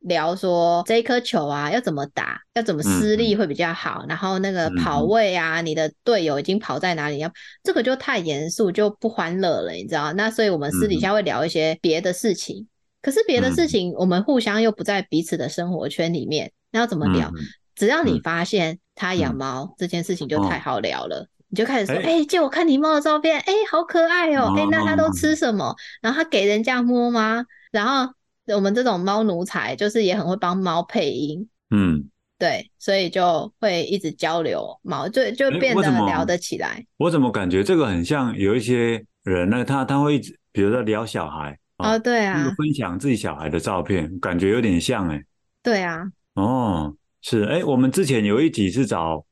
Speaker 1: 聊说这一颗球啊要怎么打，要怎么施力会比较好，然后那个
Speaker 2: 嗯
Speaker 1: 跑
Speaker 2: 嗯
Speaker 1: 位啊，你的队友已经跑在哪里，要这个就太严肃就不欢乐了，你知道？那所以我们私底
Speaker 2: 嗯
Speaker 1: 下会聊一些别的事情。可是别的事
Speaker 2: 嗯
Speaker 1: 情，我们互相又不在彼此的生活圈里面，那要怎么
Speaker 2: 嗯
Speaker 1: 聊？
Speaker 2: 嗯
Speaker 1: 只要你
Speaker 2: 嗯
Speaker 1: 发现他养
Speaker 2: 嗯
Speaker 1: 猫、这件事情就
Speaker 2: 哦
Speaker 1: 太好聊了，你就开始说：“哎、
Speaker 2: 哎
Speaker 1: 借我看你猫的照片，哎、好可爱哦、哎、那它都
Speaker 2: 哦
Speaker 1: 吃什么？然后它给人家摸吗？然后我们这种猫奴才就是也很会帮猫配音，
Speaker 2: 嗯，
Speaker 1: 对，所以就会一直交流猫，就就
Speaker 2: 哎
Speaker 1: 变得
Speaker 2: 为什么
Speaker 1: 聊得起来。
Speaker 2: 我怎么感觉这个很像有一些人呢？他他会一直比如说聊小孩
Speaker 1: 哦，，对
Speaker 2: 就是
Speaker 1: 啊，
Speaker 2: 分享自己小孩的照片，感觉有点像哎。
Speaker 1: 对啊，
Speaker 2: 哦，是，哎，我们之前有一集是找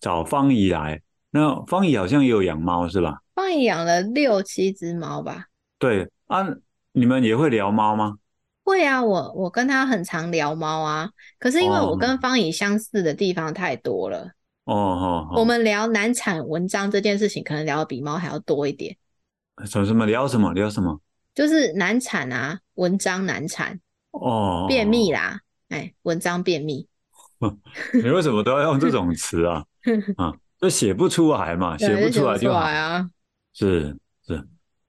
Speaker 2: 找方怡来，那方怡好像也有养猫是吧？
Speaker 1: 放养养了六七只猫吧。
Speaker 2: 对啊，你们也会聊猫吗？
Speaker 1: 会啊，我我跟他很常聊猫啊，可是因为我
Speaker 2: 哦
Speaker 1: 跟方怡相似的地方太多了，
Speaker 2: 哦哦
Speaker 1: 我们聊难产文章这件事情，可能聊的比猫还要多一点。
Speaker 2: 哦，什么什么聊什么聊什么？
Speaker 1: 就是难产啊，文章难产，
Speaker 2: 哦，
Speaker 1: 便秘啦，哎，文章便秘，
Speaker 2: 你为什么都要用这种词啊？啊，就写不出来 嘛，写
Speaker 1: 对
Speaker 2: 不出
Speaker 1: 就
Speaker 2: 来
Speaker 1: 写
Speaker 2: 就好。
Speaker 1: 来啊。
Speaker 2: 是是，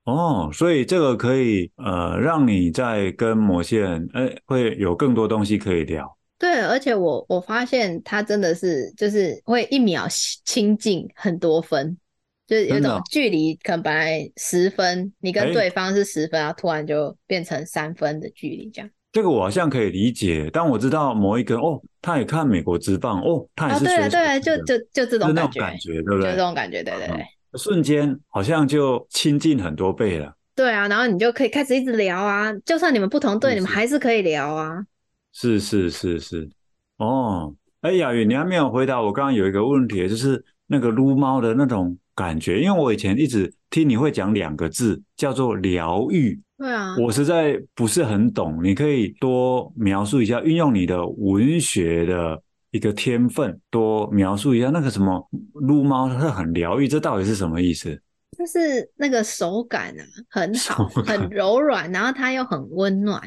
Speaker 2: 哦，所以这个可以呃，让你在跟某些人，哎，会有更多东西可以聊。
Speaker 1: 对，而且我我发现他真的是就是会一秒亲近很多分，就是有一
Speaker 2: 真的
Speaker 1: 种
Speaker 2: 哦
Speaker 1: 距离，可能本来十分，你跟
Speaker 2: 哎
Speaker 1: 对方是十分，然后突然就变成三分的距离这样。
Speaker 2: 这个我好像可以理解，但我知道某一个人哦，他也看美国职棒哦，他也
Speaker 1: 啊，
Speaker 2: 是
Speaker 1: 对
Speaker 2: 选
Speaker 1: 了
Speaker 2: 手
Speaker 1: 对了，
Speaker 2: 的
Speaker 1: 就就就这
Speaker 2: 就是
Speaker 1: 种
Speaker 2: 那
Speaker 1: 感
Speaker 2: 种
Speaker 1: 觉，
Speaker 2: 感觉，对不
Speaker 1: 就这
Speaker 2: 对？
Speaker 1: 种感觉，对对对，
Speaker 2: 嗯瞬间好像就亲近很多倍了。
Speaker 1: 对啊，然后你就可以开始一直聊啊，就算你们不同队，
Speaker 2: 是
Speaker 1: 你们
Speaker 2: 是
Speaker 1: 还是可以聊啊。
Speaker 2: 是是是是，哦，哎，雅云，你还没有回答我刚刚有一个问题，就是那个撸猫的那种感觉，因为我以前一直听你会讲两个字，叫做疗愈，
Speaker 1: 对啊，
Speaker 2: 我实在不是很懂，你可以多描述一下，运用你的文学的一个天分，多描述一下那个什么撸猫，它很疗愈，这到底是什么意思？
Speaker 1: 就是那个手感啊，很好，
Speaker 2: 手感
Speaker 1: 很柔软，然后它又很温暖，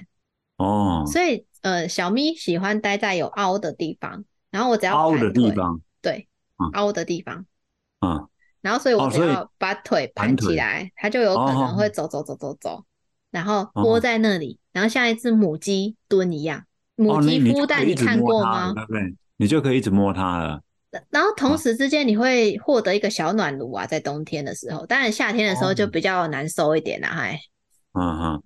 Speaker 2: 哦，
Speaker 1: 所以呃，小咪喜欢待在有凹的地方，然后我只要
Speaker 2: 凹
Speaker 1: 盘
Speaker 2: 的地
Speaker 1: 腿，
Speaker 2: 方，
Speaker 1: 对
Speaker 2: 嗯，
Speaker 1: 凹的地方，
Speaker 2: 嗯，
Speaker 1: 然后所以我
Speaker 2: 哦
Speaker 1: 只
Speaker 2: 所以
Speaker 1: 要把腿
Speaker 2: 盘
Speaker 1: 盘起
Speaker 2: 腿
Speaker 1: 来，它就有可
Speaker 2: 哦
Speaker 1: 能会走走走走走，然后
Speaker 2: 哦
Speaker 1: 窝在那里，然后像一只母鸡蹲一样。母
Speaker 2: 哦，
Speaker 1: 鸡
Speaker 2: 你你
Speaker 1: 孵
Speaker 2: 就可
Speaker 1: 蛋，
Speaker 2: 以
Speaker 1: 你
Speaker 2: 一直
Speaker 1: 看
Speaker 2: 摸
Speaker 1: 过
Speaker 2: 它
Speaker 1: 吗
Speaker 2: 了，？对不对？你就可以一直摸它了。
Speaker 1: 然后同
Speaker 2: 啊
Speaker 1: 时之间，你会获得一个小暖炉啊，在冬天的时候，当然夏天的时候
Speaker 2: 哦
Speaker 1: 就比较难受一点啊哎啦、还、
Speaker 2: 嗯哼，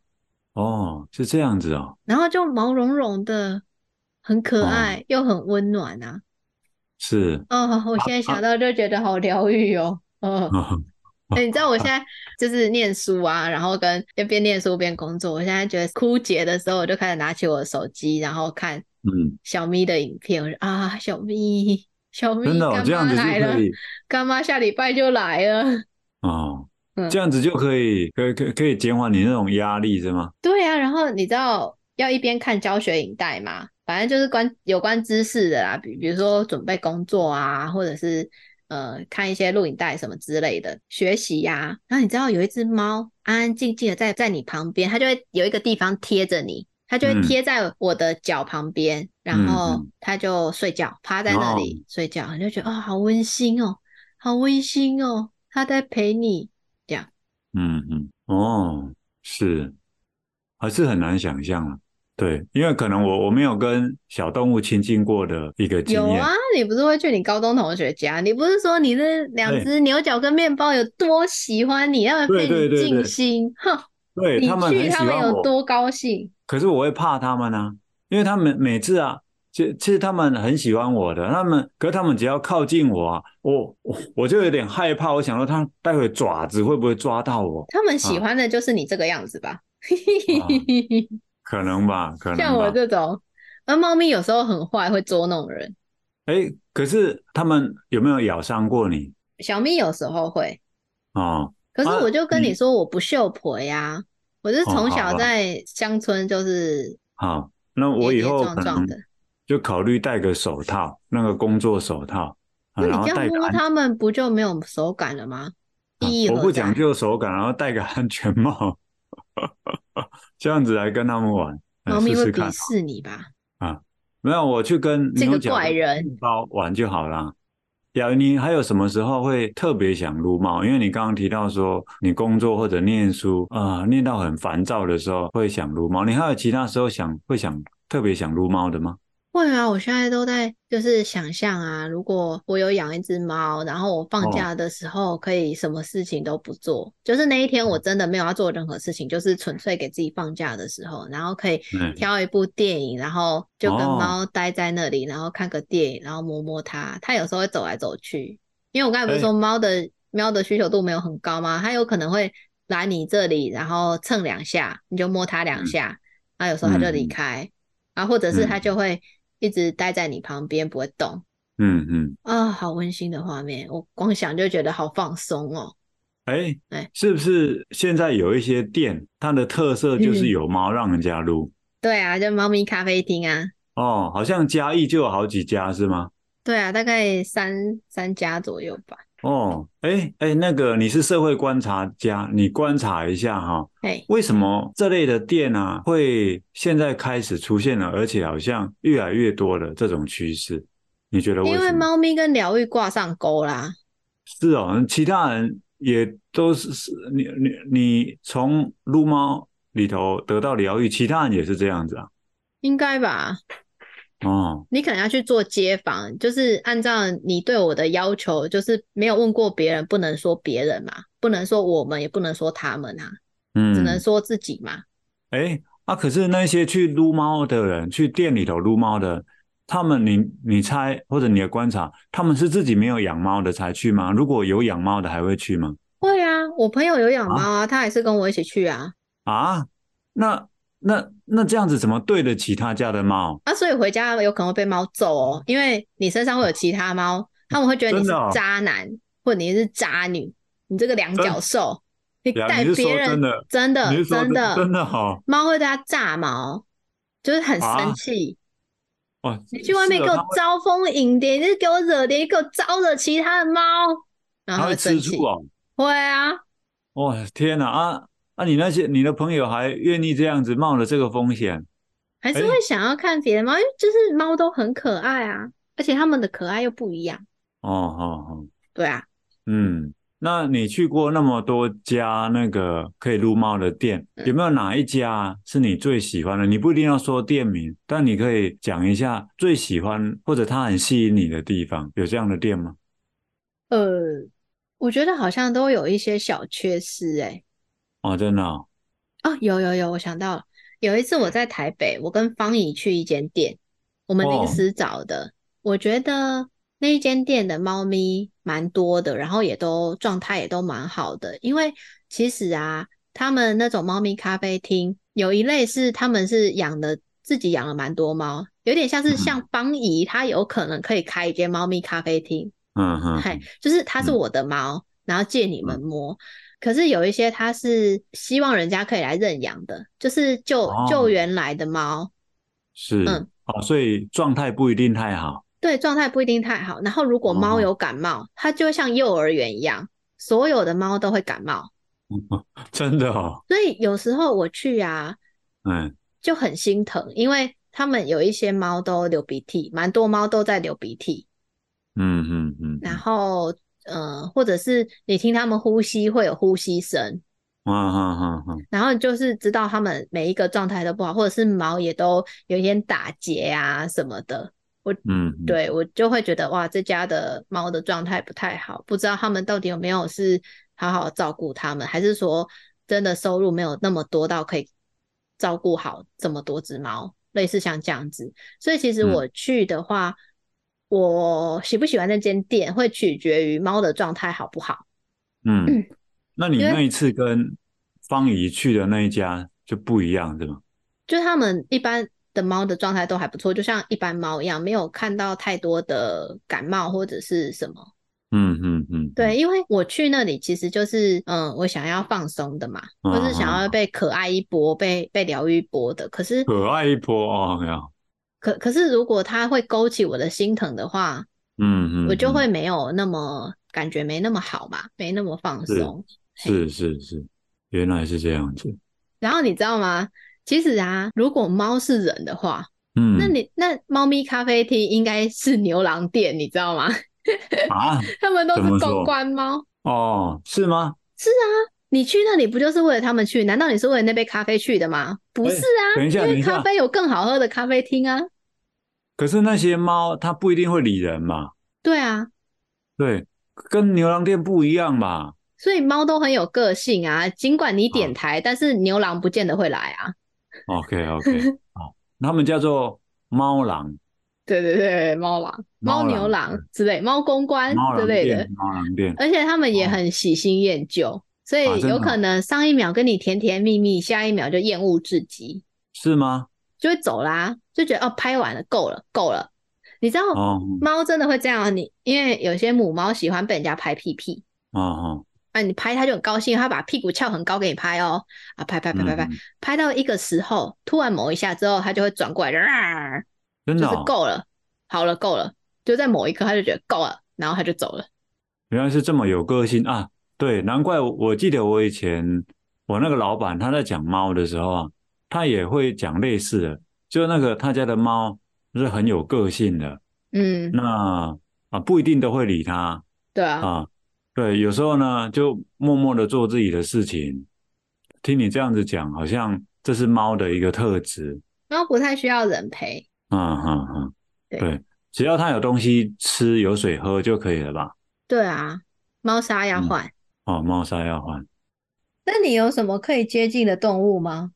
Speaker 2: 哦，是这样子哦，
Speaker 1: 然后就毛茸茸的，很可
Speaker 2: 哦
Speaker 1: 爱、又很温暖啊。
Speaker 2: 是，
Speaker 1: 哦，我现在想到就觉得好疗愈哦。 嗯、哎你知道我现在就是念书啊，然后跟边边念书边工作，我现在觉得枯竭的时候，我就开始拿起我的手机，然后看
Speaker 2: 嗯，
Speaker 1: 小咪的影片，我说啊，小咪，小咪
Speaker 2: 真的哦，
Speaker 1: 干
Speaker 2: 这样
Speaker 1: 妈
Speaker 2: 子就
Speaker 1: 来了
Speaker 2: 可，以
Speaker 1: 干妈下礼拜就来了。
Speaker 2: 哦
Speaker 1: 嗯，
Speaker 2: 这样子就可以，可以可以可以减缓你那种压力是吗？
Speaker 1: 对啊，然后你知道要一边看教学影带嘛，反正就是关有关知识的啦，比比如说准备工作啊，或者是呃看一些录影带什么之类的学习呀、然后你知道有一只猫安安静静的在在你旁边，它就会有一个地方贴着你，它就会
Speaker 2: 嗯
Speaker 1: 贴在我的脚旁边，然
Speaker 2: 嗯
Speaker 1: 后
Speaker 2: 嗯
Speaker 1: 它就睡觉，趴在那
Speaker 2: 哦
Speaker 1: 里睡觉，你就觉得哦好温馨哦，好温馨哦，它在陪你。
Speaker 2: 嗯嗯，哦，是，还是很难想象啊。对，因为可能我我没有跟小动物亲近过的一个经
Speaker 1: 有
Speaker 2: 验
Speaker 1: 啊，，你不是会去你高中同学家？你不是说你这两
Speaker 2: 对
Speaker 1: 只牛角跟面包有多喜欢你，让人
Speaker 2: 对
Speaker 1: 费
Speaker 2: 对
Speaker 1: 你
Speaker 2: 对
Speaker 1: 尽
Speaker 2: 对
Speaker 1: 心？哼，
Speaker 2: 对，
Speaker 1: 你
Speaker 2: 他们
Speaker 1: 去
Speaker 2: 很
Speaker 1: 他
Speaker 2: 喜
Speaker 1: 们
Speaker 2: 欢
Speaker 1: 有
Speaker 2: 我，
Speaker 1: 多高兴？
Speaker 2: 可是我会怕他们啊，因为他们每次啊，其其实他们很喜欢我的，他们可是他们只要靠近我啊，我我我就有点害怕，我想说他待会爪子会不会抓到 我？
Speaker 1: 他们喜欢的就是你这个样子吧？
Speaker 2: 啊可能吧，可能吧。
Speaker 1: 像我这种，而猫咪有时候很坏，会捉弄人。
Speaker 2: 哎，可是他们有没有咬伤过你
Speaker 1: 小咪有时候会，
Speaker 2: 哦，
Speaker 1: 可是
Speaker 2: 啊
Speaker 1: 我就跟
Speaker 2: 你
Speaker 1: 你说，我不秀婆呀，我是从
Speaker 2: 好啊
Speaker 1: 小
Speaker 2: 吧
Speaker 1: 在乡村就是
Speaker 2: 好，那我
Speaker 1: 跌
Speaker 2: 以
Speaker 1: 跌
Speaker 2: 后
Speaker 1: 撞
Speaker 2: 可
Speaker 1: 撞
Speaker 2: 能
Speaker 1: 的。
Speaker 2: 就考虑戴个手套，那个工作手套，啊、
Speaker 1: 那
Speaker 2: 然
Speaker 1: 你
Speaker 2: 后
Speaker 1: 这样
Speaker 2: 戴个
Speaker 1: 摸
Speaker 2: 安、
Speaker 1: 它们，不就没有手感了吗？
Speaker 2: 啊
Speaker 1: 意义
Speaker 2: 我
Speaker 1: 何
Speaker 2: 不
Speaker 1: 在
Speaker 2: 讲究手感，然后戴个安全帽， 这样子来跟他们玩，来
Speaker 1: 猫咪会
Speaker 2: 试试
Speaker 1: 鄙
Speaker 2: 看。哦
Speaker 1: 视你吧？
Speaker 2: 没有，我去跟
Speaker 1: 这
Speaker 2: 牛
Speaker 1: 个
Speaker 2: 角
Speaker 1: 怪
Speaker 2: 跟
Speaker 1: 人
Speaker 2: 鹿猫玩就好啦。雅云，你还有什么时候会特别想撸猫？因为你刚刚提到说你工作或者念书啊、呃念到很烦躁的时候会想撸猫。你还有其他时候想会想特别想撸猫的吗？
Speaker 1: 会啊，我现在都在就是想象啊，如果我有养一只猫，然后我放
Speaker 2: 哦
Speaker 1: 假的时候可以什么事情都不做，就是那一天
Speaker 2: 嗯
Speaker 1: 我真的没有要做任何事情，就是纯粹给自己放假的时候，然后可以
Speaker 2: 嗯
Speaker 1: 挑一部电影，然后就跟
Speaker 2: 哦
Speaker 1: 猫待在那里，然后看个电影，然后摸摸它，它有时候会走来走去，因为我刚才不是
Speaker 2: 哎
Speaker 1: 说猫的喵的需求度没有很高吗？它有可能会来你这里，然后蹭两下，你就摸它两
Speaker 2: 嗯
Speaker 1: 下，然后有时候它就离
Speaker 2: 嗯
Speaker 1: 开。啊，或者是它
Speaker 2: 嗯
Speaker 1: 就会一直待在你旁边不会动
Speaker 2: 嗯嗯，
Speaker 1: 啊，好温馨的画面，我光想就觉得好放松哦。
Speaker 2: 哎
Speaker 1: 哎，
Speaker 2: 是不是现在有一些店它的特色就是
Speaker 1: 嗯
Speaker 2: 有猫让人家撸？
Speaker 1: 对啊，就猫咪咖啡厅啊，
Speaker 2: 哦，好像嘉义就有好几家是吗？
Speaker 1: 对啊，大概三三家左右吧。
Speaker 2: 哦，哎哎，那个你是社会观察家，你观察一下哈、
Speaker 1: 嘿，
Speaker 2: 为什么这类的店啊会现在开始出现了，而且好像越来越多的这种趋势？你觉得为
Speaker 1: 因为
Speaker 2: 什么？
Speaker 1: 猫咪跟疗愈挂上钩啦。
Speaker 2: 是哦，其他人也都是是，你你你从撸猫里头得到疗愈，其他人也是这样子啊？
Speaker 1: 应该吧，
Speaker 2: 哦，
Speaker 1: 你可能要去做街访，就是按照你对我的要求，就是没有问过别人，不能说别人嘛，不能说我们，也不能说他们啊，只能
Speaker 2: 嗯，
Speaker 1: 说自己嘛。
Speaker 2: 哎啊，可是那些去撸猫的人，去店里头撸猫的人，他们你你猜或者你的观察，他们是自己没有养猫的才去吗？如果有养猫的还会去吗？
Speaker 1: 会啊，我朋友有养
Speaker 2: 啊
Speaker 1: 猫啊，他也是跟我一起去啊。
Speaker 2: 啊，那那那这样子怎么对得起他家的猫？
Speaker 1: 啊，所以回家有可能会被猫揍哦，因为你身上会有其他猫，他们会觉得你
Speaker 2: 真
Speaker 1: 是
Speaker 2: 的哦
Speaker 1: 渣男，或者你是渣女，你这个两脚兽，你
Speaker 2: 呀
Speaker 1: 带
Speaker 2: 你是
Speaker 1: 别
Speaker 2: 说
Speaker 1: 人
Speaker 2: 真的
Speaker 1: 真的
Speaker 2: 你是说
Speaker 1: 真的
Speaker 2: 真的哦？
Speaker 1: 猫会对它炸毛，就是很
Speaker 2: 啊
Speaker 1: 生气。
Speaker 2: 哦，
Speaker 1: 你去外面
Speaker 2: 是
Speaker 1: 给
Speaker 2: 哦
Speaker 1: 我
Speaker 2: 它会
Speaker 1: 招蜂引蝶，你就给我惹蝶，你给我招惹其他的猫，然后
Speaker 2: 它
Speaker 1: 它
Speaker 2: 会
Speaker 1: 会
Speaker 2: 吃
Speaker 1: 生气
Speaker 2: 醋。哦！
Speaker 1: 会啊，
Speaker 2: 哇，天哪啊啊！你那些你的朋友还愿意这样子冒了这个风险？
Speaker 1: 还是
Speaker 2: 哎
Speaker 1: 会想要看别的猫，因为就是猫都很可爱啊，而且它们的可爱又不一样。
Speaker 2: 哦哦哦，
Speaker 1: 对啊，
Speaker 2: 嗯，那你去过那么多家那个可以撸猫的店，有
Speaker 1: 嗯
Speaker 2: 没有哪一家是你最喜欢的？你不一定要说店名，但你可以讲一下最喜欢或者它很吸引你的地方，有这样的店吗？
Speaker 1: 呃，我觉得好像都有一些小缺失哎、
Speaker 2: 哦，真的哦，
Speaker 1: 哦，有有有，我想到了，有一次我在台北，我跟方怡去一间店，我们临
Speaker 2: 哦
Speaker 1: 时找的，我觉得那一间店的猫咪蛮多的，然后也都状态也都蛮好的，因为其实啊，他们那种猫咪咖啡厅有一类是他们是养的自己养了蛮多猫，有点像是
Speaker 2: 嗯
Speaker 1: 像方怡，她有可能可以开一间猫咪咖啡厅。
Speaker 2: 嗯哼
Speaker 1: 嗨，就是它是
Speaker 2: 嗯
Speaker 1: 我的猫，然后借你们摸。可是有一些它是希望人家可以来认养的，就是救、
Speaker 2: 哦
Speaker 1: 救援来的猫，
Speaker 2: 是，
Speaker 1: 嗯
Speaker 2: 哦，所以状态不一定太好，
Speaker 1: 对状态不一定太好。然后如果猫
Speaker 2: 哦
Speaker 1: 有感冒，它就会像幼儿园一样，所有的猫都会感冒。
Speaker 2: 真的哦，
Speaker 1: 所以有时候我去啊，
Speaker 2: 嗯，
Speaker 1: 就很心疼，因为他们有一些猫都流鼻涕，蛮多猫都在流鼻涕。
Speaker 2: 嗯嗯嗯，
Speaker 1: 然后呃，或者是你听它们呼吸会有呼吸声，
Speaker 2: 嗯哼哼哼，
Speaker 1: 然后就是知道它们每一个状态都不好，或者是毛也都有一点打结啊什么的。
Speaker 2: 嗯，嗯，
Speaker 1: 对我就会觉得哇，这家的猫的状态不太好，不知道它们到底有没有是好好照顾它们，还是说真的收入没有那么多到可以照顾好这么多只猫。类似像这样子。所以其实
Speaker 2: 嗯
Speaker 1: 我去的话，我喜不喜欢那间店会取决于猫的状态好不好。
Speaker 2: 嗯，那你
Speaker 1: 因为
Speaker 2: 那一次跟方怡去的那一家就不一样是吗？
Speaker 1: 就它们一般的猫的状态都还不错，就像一般猫一样，没有看到太多的感冒或者是什么。
Speaker 2: 嗯嗯嗯，
Speaker 1: 对，因为我去那里其实就是，嗯，我想要放松的嘛，
Speaker 2: 嗯，
Speaker 1: 或是想要
Speaker 2: 嗯
Speaker 1: 被可爱一波、被被疗愈一波的。可是，
Speaker 2: 可爱一波哦，哎呀
Speaker 1: 可可是，如果它会勾起我的心疼的话，
Speaker 2: 嗯嗯，
Speaker 1: 我就
Speaker 2: 嗯
Speaker 1: 会没有那么感觉，没那么好嘛，没那么放
Speaker 2: 是
Speaker 1: 松。
Speaker 2: 是是是，原来是这样子。
Speaker 1: 然后你知道吗？其实啊，如果猫是人的话，
Speaker 2: 嗯，
Speaker 1: 那你那猫咪咖啡厅应该是牛郎店，你知道吗？
Speaker 2: 啊，
Speaker 1: 他们都
Speaker 2: 怎
Speaker 1: 是
Speaker 2: 么
Speaker 1: 公
Speaker 2: 说
Speaker 1: 关猫。
Speaker 2: 哦，是吗？
Speaker 1: 你去那里不就是为了他们去？难道你是为了那杯咖啡去的吗？不
Speaker 2: 哎
Speaker 1: 是啊，
Speaker 2: 等一下
Speaker 1: 因
Speaker 2: 等
Speaker 1: 为
Speaker 2: 一
Speaker 1: 咖
Speaker 2: 下
Speaker 1: 啡有更好喝的咖啡厅啊。
Speaker 2: 可是那些猫它不一定会理人嘛，
Speaker 1: 对啊，
Speaker 2: 对，跟牛郎店不一样嘛。
Speaker 1: 所以猫都很有个性啊。尽管你点
Speaker 2: 啊
Speaker 1: 台，但是牛郎不见得会来啊。
Speaker 2: OK OK，好， 他们叫做猫郎，
Speaker 1: 对对对，猫郎、
Speaker 2: 猫
Speaker 1: 猫牛
Speaker 2: 郎
Speaker 1: 郎之类、猫公关
Speaker 2: 猫
Speaker 1: 之
Speaker 2: 郎
Speaker 1: 类的
Speaker 2: 店，，猫郎店，
Speaker 1: 而且他们也
Speaker 2: 哦
Speaker 1: 很喜新厌旧，所以
Speaker 2: 真的
Speaker 1: 有
Speaker 2: 哦
Speaker 1: 可能上一秒跟你甜甜蜜蜜，下一秒就厌恶至极，
Speaker 2: 是吗？
Speaker 1: 就会走啦，就觉得哦，拍完了，够了，够了。你知道
Speaker 2: 哦
Speaker 1: 猫真的会这样，你因为有些母猫喜欢被人家拍屁屁。
Speaker 2: 哦哦，
Speaker 1: 啊，你拍它就很高兴，它把屁股翘很高给你拍哦，啊，拍拍拍拍拍，
Speaker 2: 嗯嗯
Speaker 1: 拍到一个时候，突然某一下之后，它就会转过来，啊
Speaker 2: 真
Speaker 1: 就
Speaker 2: 的
Speaker 1: 是
Speaker 2: 哦，
Speaker 1: 够了，好了，够了，就在某一刻它就觉得够了，然后它就走了。
Speaker 2: 原来是这么有个性啊！对，难怪我我记得我以前我那个老板他在讲猫的时候啊，他也会讲类似的，就那个他家的猫是很有个性的，
Speaker 1: 嗯，
Speaker 2: 那啊不一定都会理他
Speaker 1: 对啊，
Speaker 2: 啊，对，有时候呢就默默的做自己的事情。听你这样子讲，好像这是猫的一个特质，
Speaker 1: 猫不太需要人陪。
Speaker 2: 嗯嗯嗯，
Speaker 1: 对
Speaker 2: 对，只要它有东西吃、有水喝就可以了吧？
Speaker 1: 对啊，猫砂要
Speaker 2: 嗯
Speaker 1: 换。
Speaker 2: 哦，猫砂要换
Speaker 1: 那你有什么可以接近的动物吗？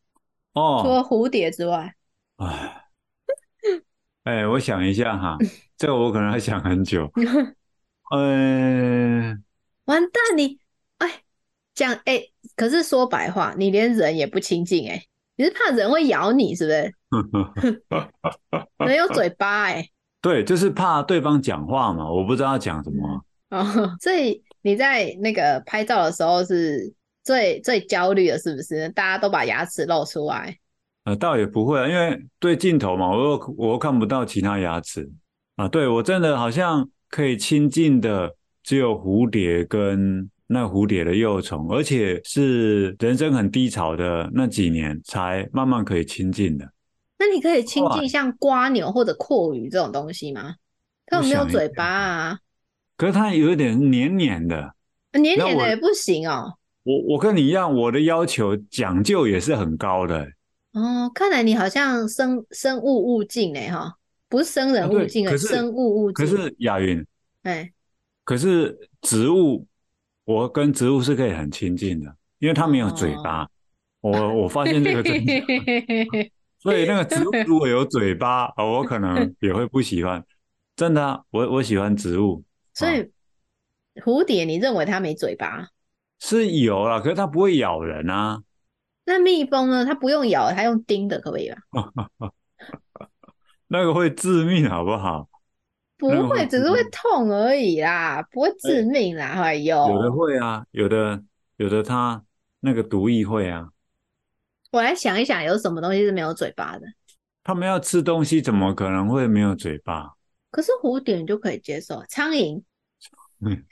Speaker 1: 除
Speaker 2: 哦。
Speaker 1: 了蝴蝶之外，
Speaker 2: 哎，哎，我想一下哈，这个我可能要想很久。呃，
Speaker 1: 完蛋你，哎，这样哎，可是说白话，你连人也不亲近哎、你是怕人会咬你是不是？没有嘴巴哎、
Speaker 2: 对，就是怕对方讲话嘛，我不知道他讲什么。
Speaker 1: 哦，所以你在那个拍照的时候是最最焦虑的，是不是？大家都把牙齿露出来，
Speaker 2: 呃，倒也不会啊，因为对镜头嘛，我又我又看不到其他牙齿啊。对，我真的好像可以亲近的只有蝴蝶跟那蝴蝶的幼虫，而且是人生很低潮的那几年才慢慢可以亲近的。
Speaker 1: 那你可以亲
Speaker 2: 后
Speaker 1: 近
Speaker 2: 来
Speaker 1: 像瓜牛或者阔鱼这种东西吗？它
Speaker 2: 我
Speaker 1: 们没有
Speaker 2: 想一
Speaker 1: 嘴
Speaker 2: 下
Speaker 1: 巴啊，
Speaker 2: 可是它有一点黏黏的。
Speaker 1: 黏
Speaker 2: 那
Speaker 1: 黏的
Speaker 2: 我
Speaker 1: 也不行哦。
Speaker 2: 我我跟你一样，我的要求讲究也是很高的、欸
Speaker 1: 哦，看来你好像生生物物境哎哈，不是生人
Speaker 2: 啊
Speaker 1: 勿
Speaker 2: 对
Speaker 1: 近哎，
Speaker 2: 可是
Speaker 1: 生物物
Speaker 2: 可
Speaker 1: 境。
Speaker 2: 是雅云，
Speaker 1: 哎，
Speaker 2: 可是植物，我跟植物是可以很亲近的，因为它没有嘴巴。我我发现这个 真的，所以那个植物如果有嘴巴，啊我可能也会不喜欢。真的啊、我我喜欢植物
Speaker 1: 所
Speaker 2: 啊
Speaker 1: 以蝴蝶，你认为它没嘴巴？
Speaker 2: 是有啦，可是它不会咬人啊。
Speaker 1: 那蜜蜂呢？它不用咬，它用叮的，可不可以吧？
Speaker 2: 那个会致命，好不好？
Speaker 1: 不
Speaker 2: 那个
Speaker 1: 会，
Speaker 2: 会
Speaker 1: 只
Speaker 2: 致
Speaker 1: 是会
Speaker 2: 命
Speaker 1: 痛而已啦，不会致命啦。哎呦，
Speaker 2: 有的会啊，有的有的它那个毒液会啊。
Speaker 1: 我来想一想，有什么东西是没有嘴巴的？
Speaker 2: 他们要吃东西，怎么可能会没有嘴巴？
Speaker 1: 可是蝴蝶你就可以接受，啊苍蝇
Speaker 2: 嗯，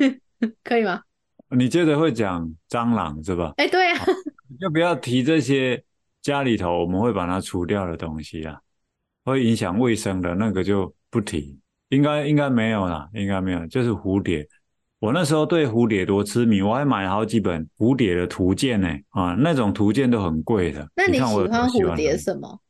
Speaker 1: 可以吗？
Speaker 2: 你接着会讲蟑螂是吧？
Speaker 1: 哎，对啊，
Speaker 2: 你就不要提这些家里头我们会把它除掉的东西啊，会影响卫生的那个就不提。应该应该没有啦，应该没有，就是蝴蝶。我那时候对蝴蝶多痴迷，我还买了好几本蝴蝶的图鉴呢、啊，那种图鉴都很贵的。
Speaker 1: 那你
Speaker 2: 看我有
Speaker 1: 喜
Speaker 2: 多
Speaker 1: 欢
Speaker 2: 喜
Speaker 1: 蝴
Speaker 2: 欢
Speaker 1: 蝶
Speaker 2: 它
Speaker 1: 什么？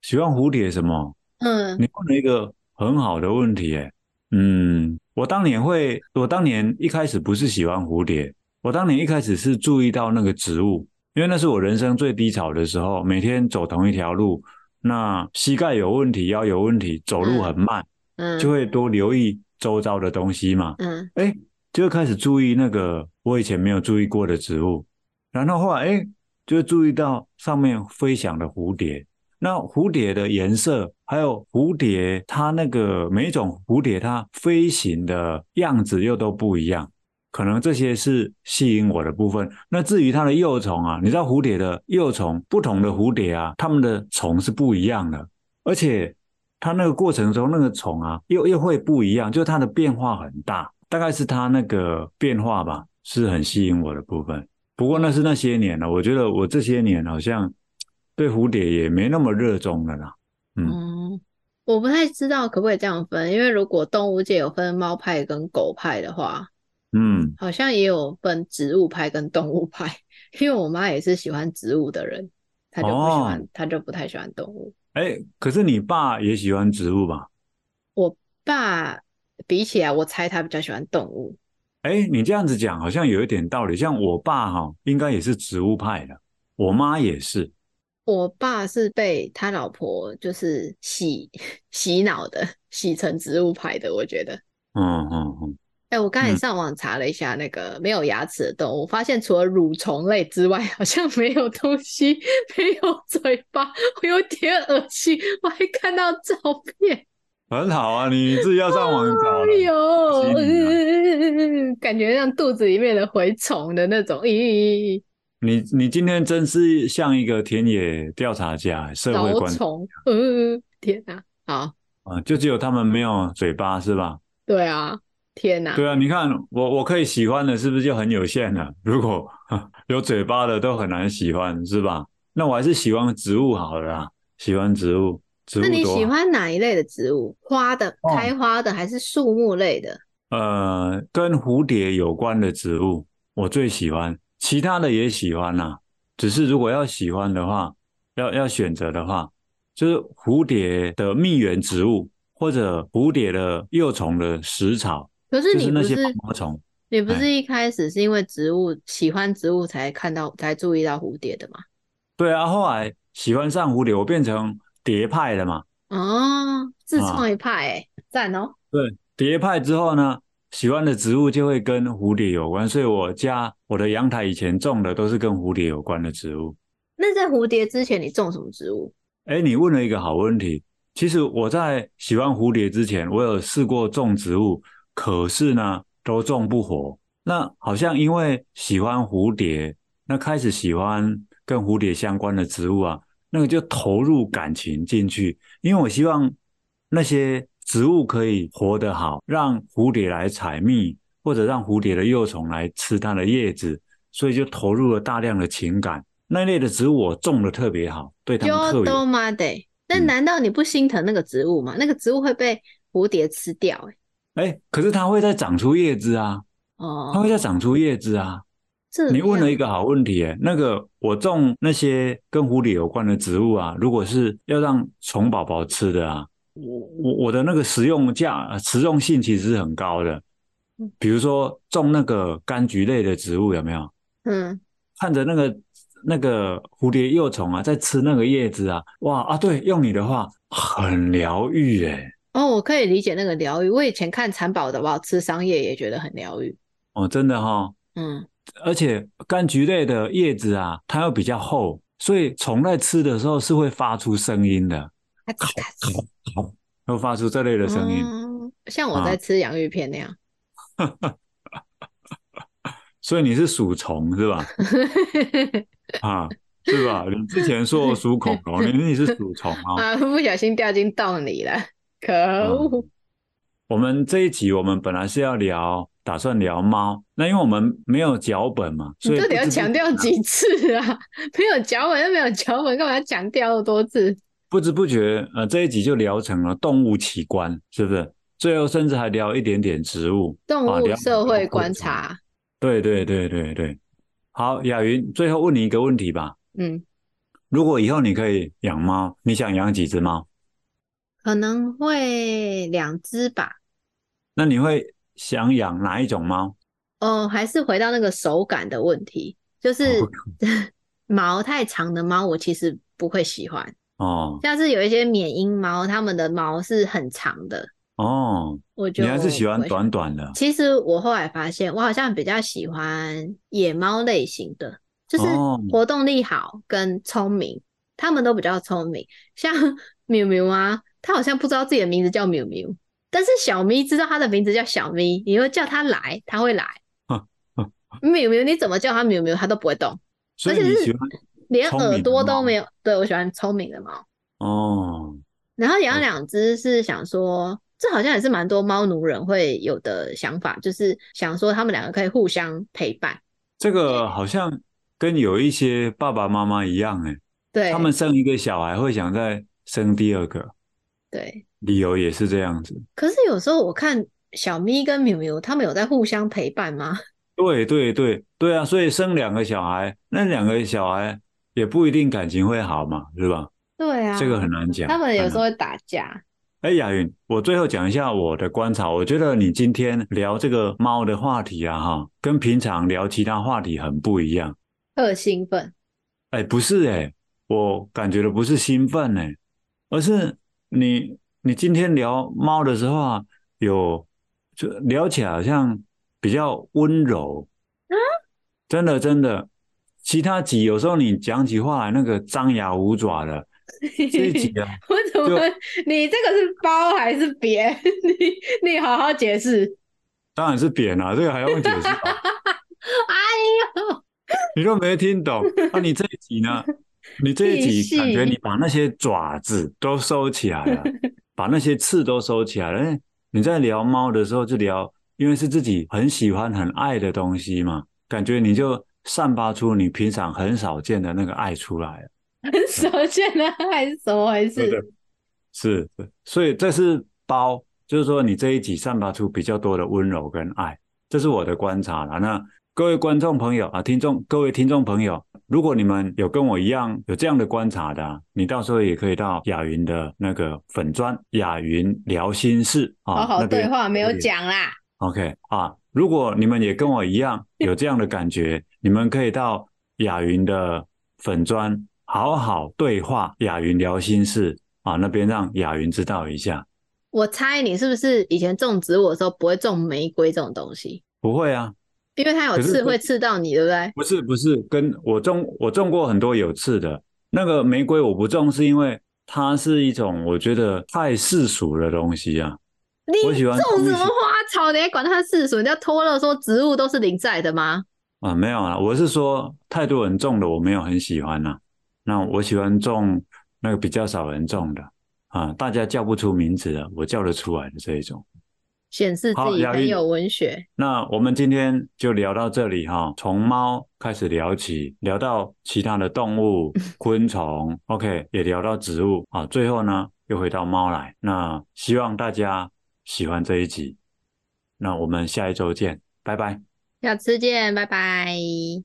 Speaker 2: 喜欢蝴蝶什么？
Speaker 1: 嗯，
Speaker 2: 你问了一个很好的问题、欸，嗯，我当年会，我当年一开始不是喜欢蝴蝶，我当年一开始是注意到那个植物，因为那是我人生最低潮的时候，每天走同一条路，那膝盖有问题、腰有问题、走路很慢，
Speaker 1: 嗯，
Speaker 2: 就会多留意周遭的东西嘛。
Speaker 1: 嗯
Speaker 2: 哎，就会开始注意那个我以前没有注意过的植物，然后后来哎，就会注意到上面飞翔的蝴蝶。那蝴蝶的颜色，还有蝴蝶它那个每一种蝴蝶它飞行的样子又都不一样，可能这些是吸引我的部分。那至于它的幼虫啊，你知道蝴蝶的幼虫，不同的蝴蝶啊，它们的虫是不一样的，而且它那个过程中，那个虫啊，又又会不一样，就它的变化很大，大概是它那个变化吧，是很吸引我的部分。不过那是那些年了，我觉得我这些年好像对蝴蝶也没那么热衷了啦。
Speaker 1: 嗯，我不太知道可不可以这样分，因为如果动物界有分猫派跟狗派的话，
Speaker 2: 嗯，
Speaker 1: 好像也有分植物派跟动物派。 因为我妈也是喜欢植物的人，她就不喜欢，
Speaker 2: 哦
Speaker 1: 她就不太喜欢动物。
Speaker 2: 哎，可是你爸也喜欢植物吧？
Speaker 1: 我爸比起来，我猜他比较喜欢动物。
Speaker 2: 哎，你这样子讲好像有一点道理。像我爸哈、应该也是植物派的，我妈也是。
Speaker 1: 我爸是被他老婆就是洗洗脑的，洗成植物派的，我觉得。
Speaker 2: 嗯嗯嗯，
Speaker 1: 哎、我刚才
Speaker 2: 嗯
Speaker 1: 上网查了一下那个没有牙齿的动物，发现除了蠕虫类之外， 好像没有东西 没有嘴巴， 我有点恶心。我还看到照片，
Speaker 2: 很好啊，你自己要上网找了。
Speaker 1: 哎呦，
Speaker 2: 恶心
Speaker 1: 嗯，感觉像肚子里面的蛔虫的那种，咦，
Speaker 2: 你你今天真是像一个田野调查家、社会
Speaker 1: 蛲
Speaker 2: 观察
Speaker 1: 虫，嗯，天哪、好，
Speaker 2: 啊，就只有他们没有嘴巴是吧？
Speaker 1: 对啊，天哪、
Speaker 2: 对啊，你看我我可以喜欢的，是不是就很有限了？如果 有嘴巴的都很难喜欢是吧？那我还是喜欢植物好了啦，喜欢植物，植物
Speaker 1: 那你
Speaker 2: 多
Speaker 1: 喜
Speaker 2: 好
Speaker 1: 欢哪一类的植物？花的、
Speaker 2: 哦
Speaker 1: 开花的，还是树木类的？
Speaker 2: 呃，跟蝴蝶有关的植物，我最喜欢，其他的也喜欢啦、只是如果要喜欢的话，要要选择的话，就是蝴蝶的蜜源植物，或者蝴蝶的幼虫的食草，
Speaker 1: 可是
Speaker 2: 就
Speaker 1: 你
Speaker 2: 是那
Speaker 1: 不
Speaker 2: 些
Speaker 1: 是
Speaker 2: 毛毛虫。
Speaker 1: 你不
Speaker 2: 哎
Speaker 1: 是一开始是因为植物喜欢植物才看到才注意到蝴蝶的吗？
Speaker 2: 对啊，后来喜欢上蝴蝶，我变成蝶派的嘛。
Speaker 1: 哦，自
Speaker 2: 啊
Speaker 1: 创一派哎，赞哦！
Speaker 2: 蝶派之后呢，喜欢的植物就会跟蝴蝶有关，所以我家我的阳台以前种的都是跟蝴蝶有关的植物。
Speaker 1: 那在蝴蝶之前，你种什么植物？
Speaker 2: 哎，你问了一个好问题。其实我在喜欢蝴蝶之前，我有试过种植物，可是呢都种不活。那好像因为喜欢蝴蝶，那开始喜欢跟蝴蝶相关的植物啊，那个就投入感情进去，因为我希望那些植物可以活得好，让蝴蝶来采蜜，或者让蝴蝶的幼虫来吃它的叶子，所以就投入了大量的情感。那一类的植物我种的特别好，对它们特别
Speaker 1: Yodo Made。那
Speaker 2: 嗯
Speaker 1: 难道你不心疼那个植物吗？那个植物会被蝴蝶吃掉哎。
Speaker 2: 哎，可是它会再长出叶子啊，它
Speaker 1: 哦
Speaker 2: 会，再长出叶子啊。
Speaker 1: 这
Speaker 2: 你问了
Speaker 1: 样
Speaker 2: 一个好问题，哎，那个我种那些跟蝴蝶有关的植物啊，如果是要让虫宝宝吃的啊，我我我的那个食用价、呃食用性其实是很高的
Speaker 1: 嗯。
Speaker 2: 比如说种那个柑橘类的植物，有没有？
Speaker 1: 嗯，
Speaker 2: 看着那个那个蝴蝶幼虫啊，在吃那个叶子啊，哇啊，对，用你的话很疗愈，哎，
Speaker 1: 哦，我可以理解那个疗愈。我以前看蚕宝宝吃桑叶也觉得很疗愈。
Speaker 2: 哦，真的哈、
Speaker 1: 嗯，
Speaker 2: 而且柑橘类的叶子啊，它又比较厚，所以虫在吃的时候是会发出声音的，
Speaker 1: 咔哧咔哧
Speaker 2: 会发出这类的声音。
Speaker 1: 嗯像我
Speaker 2: 啊
Speaker 1: 在吃洋芋片那样。
Speaker 2: 所以你是属虫是吧？ 啊，是吧？你之前说属恐 龙，你你是属虫啊。
Speaker 1: 啊，不小心掉进洞里了，可恶！
Speaker 2: 嗯我们这一集我们本来是要聊，打算聊猫，那因为我们没有脚本嘛，所
Speaker 1: 你
Speaker 2: 以
Speaker 1: 到底要
Speaker 2: 不知
Speaker 1: 强调几次啊？ 没有脚本就没有脚本，干嘛要强调那么多次？
Speaker 2: 不知不觉，呃，这一集就聊成了动物奇观，是不是？最后甚至还聊一点点植物，
Speaker 1: 动
Speaker 2: 啊
Speaker 1: 物
Speaker 2: 聊
Speaker 1: 社会观
Speaker 2: 聊昆虫
Speaker 1: 察，
Speaker 2: 对对对对对，好，雅云，最后问你一个问题吧。
Speaker 1: 嗯，
Speaker 2: 如果以后你可以养猫，你想养几只猫？
Speaker 1: 可能会两只吧。
Speaker 2: 那你会想养哪一种猫？
Speaker 1: 哦，还是回到那个手感的
Speaker 2: 哦
Speaker 1: 问题，就是毛太长的猫，我其实不会喜欢。
Speaker 2: 哦哦
Speaker 1: 像是有一些缅因猫，它们的毛是很长的，
Speaker 2: 哦，
Speaker 1: 我就
Speaker 2: 你还是喜欢
Speaker 1: 不会
Speaker 2: 短短的
Speaker 1: 其实我后来发现，我好像比较喜欢野猫类型的，就是
Speaker 2: 哦。
Speaker 1: 活动力好跟聪明，它们都比较聪明。像 miu miu 啊，它好像不知道自己的名字叫 miu miu，但是小咪知道它的名字叫小咪，你会叫它来，它会来 miu miu，你怎么叫它 miu miu，它都不会动，
Speaker 2: 所
Speaker 1: 而
Speaker 2: 以
Speaker 1: 且
Speaker 2: 你
Speaker 1: 是
Speaker 2: 喜欢
Speaker 1: 连
Speaker 2: 聪明的
Speaker 1: 耳朵
Speaker 2: 猫
Speaker 1: 都没有。对，我喜欢聪明的猫。
Speaker 2: 哦，
Speaker 1: 然后养两只是想说，这好像也是蛮多猫奴人会有的想法，就是想说他们两个可以互相陪伴。
Speaker 2: 这个好像跟有一些爸爸妈妈一样哎，
Speaker 1: 对，
Speaker 2: 他们生一个小孩会想再生第二个，
Speaker 1: 对。
Speaker 2: 理由也是这样子。
Speaker 1: 可是有时候我看小咪跟淼淼，他们有在互相陪伴吗？
Speaker 2: 对对对对啊，所以生两个小孩，那两个小孩也不一定感情会好嘛，是吧？
Speaker 1: 对啊，
Speaker 2: 这个很难讲。
Speaker 1: 他们有时
Speaker 2: 很难啊
Speaker 1: 候会打架。
Speaker 2: 哎，雅云，我最后讲一下我的观察，我觉得你今天聊这个猫的话题啊，哈，跟平常聊其他话题很不一样。
Speaker 1: 特兴奋，
Speaker 2: 哎，不是哎，我感觉的不是兴奋哎，而是你你今天聊猫的时候啊，有就聊起来好像比较温柔
Speaker 1: 啊，
Speaker 2: 真的真的。其他集有时候你讲起话来那个张牙舞爪的，这一集啊，
Speaker 1: 我怎么
Speaker 2: 就？
Speaker 1: 你这个是包还是别？ 你你好好解释。
Speaker 2: 当然是扁啊，这个还用解 释吗？
Speaker 1: 哎呦，
Speaker 2: 你都没听懂啊？你这一集呢？你这一
Speaker 1: 继
Speaker 2: 集
Speaker 1: 续
Speaker 2: 感觉你把那些爪子都收起 来了，把那些刺都收起来了。哎你在聊猫的时候就聊，因为是自己很喜欢、很爱的东西嘛，感觉你就散发出你平常很少见的那个爱出来了。
Speaker 1: 很少见的还是怎么回事？
Speaker 2: 的，是，是所以这是包，就是说你这一集散发出比较多的温柔跟爱，这是我的观察了。那各位观众朋友啊，听众各位听众朋友，如果你们有跟我一样有这样的观察的啊、你到时候也可以到雅云的那个粉砖雅云聊心事啊，
Speaker 1: 好好
Speaker 2: 那边
Speaker 1: 对话没有
Speaker 2: 留言
Speaker 1: 讲啦。
Speaker 2: OK 啊，如果你们也跟我一样有这样的感觉，你们可以到雅云的粉砖好好对话，雅云聊心事啊，那边让雅云知道一下。
Speaker 1: 我猜你是不是以前种植物的时候不会种玫瑰这种东西？
Speaker 2: 不会啊，
Speaker 1: 因为它有
Speaker 2: 可是
Speaker 1: 刺
Speaker 2: 这
Speaker 1: 会刺到你，对不对？
Speaker 2: 不是不是，跟我种我种过很多有刺的，那个玫瑰我不种是因为它是一种我觉得太世俗的东西啊。我
Speaker 1: 你
Speaker 2: 喜欢
Speaker 1: 种
Speaker 2: 空
Speaker 1: 什么
Speaker 2: 气
Speaker 1: 花草，你还管它是什么？人家托勒说植物都是零在的吗？
Speaker 2: 啊，没有啊，我是说太多人种的，我没有很喜欢呐、啊那我喜欢种那个比较少人种的啊，大家叫不出名字的，我叫得出来的这一种。
Speaker 1: 显示自
Speaker 2: 好
Speaker 1: 己
Speaker 2: 雅
Speaker 1: 很
Speaker 2: 韵
Speaker 1: 有文学。
Speaker 2: 那我们今天就聊到这里哈、从猫开始聊起，聊到其他的动物、昆虫，OK，也聊到植物啊，最后呢又回到猫来。那希望大家喜欢这一集，那我们下一周见，拜拜。
Speaker 1: 下次见，拜拜。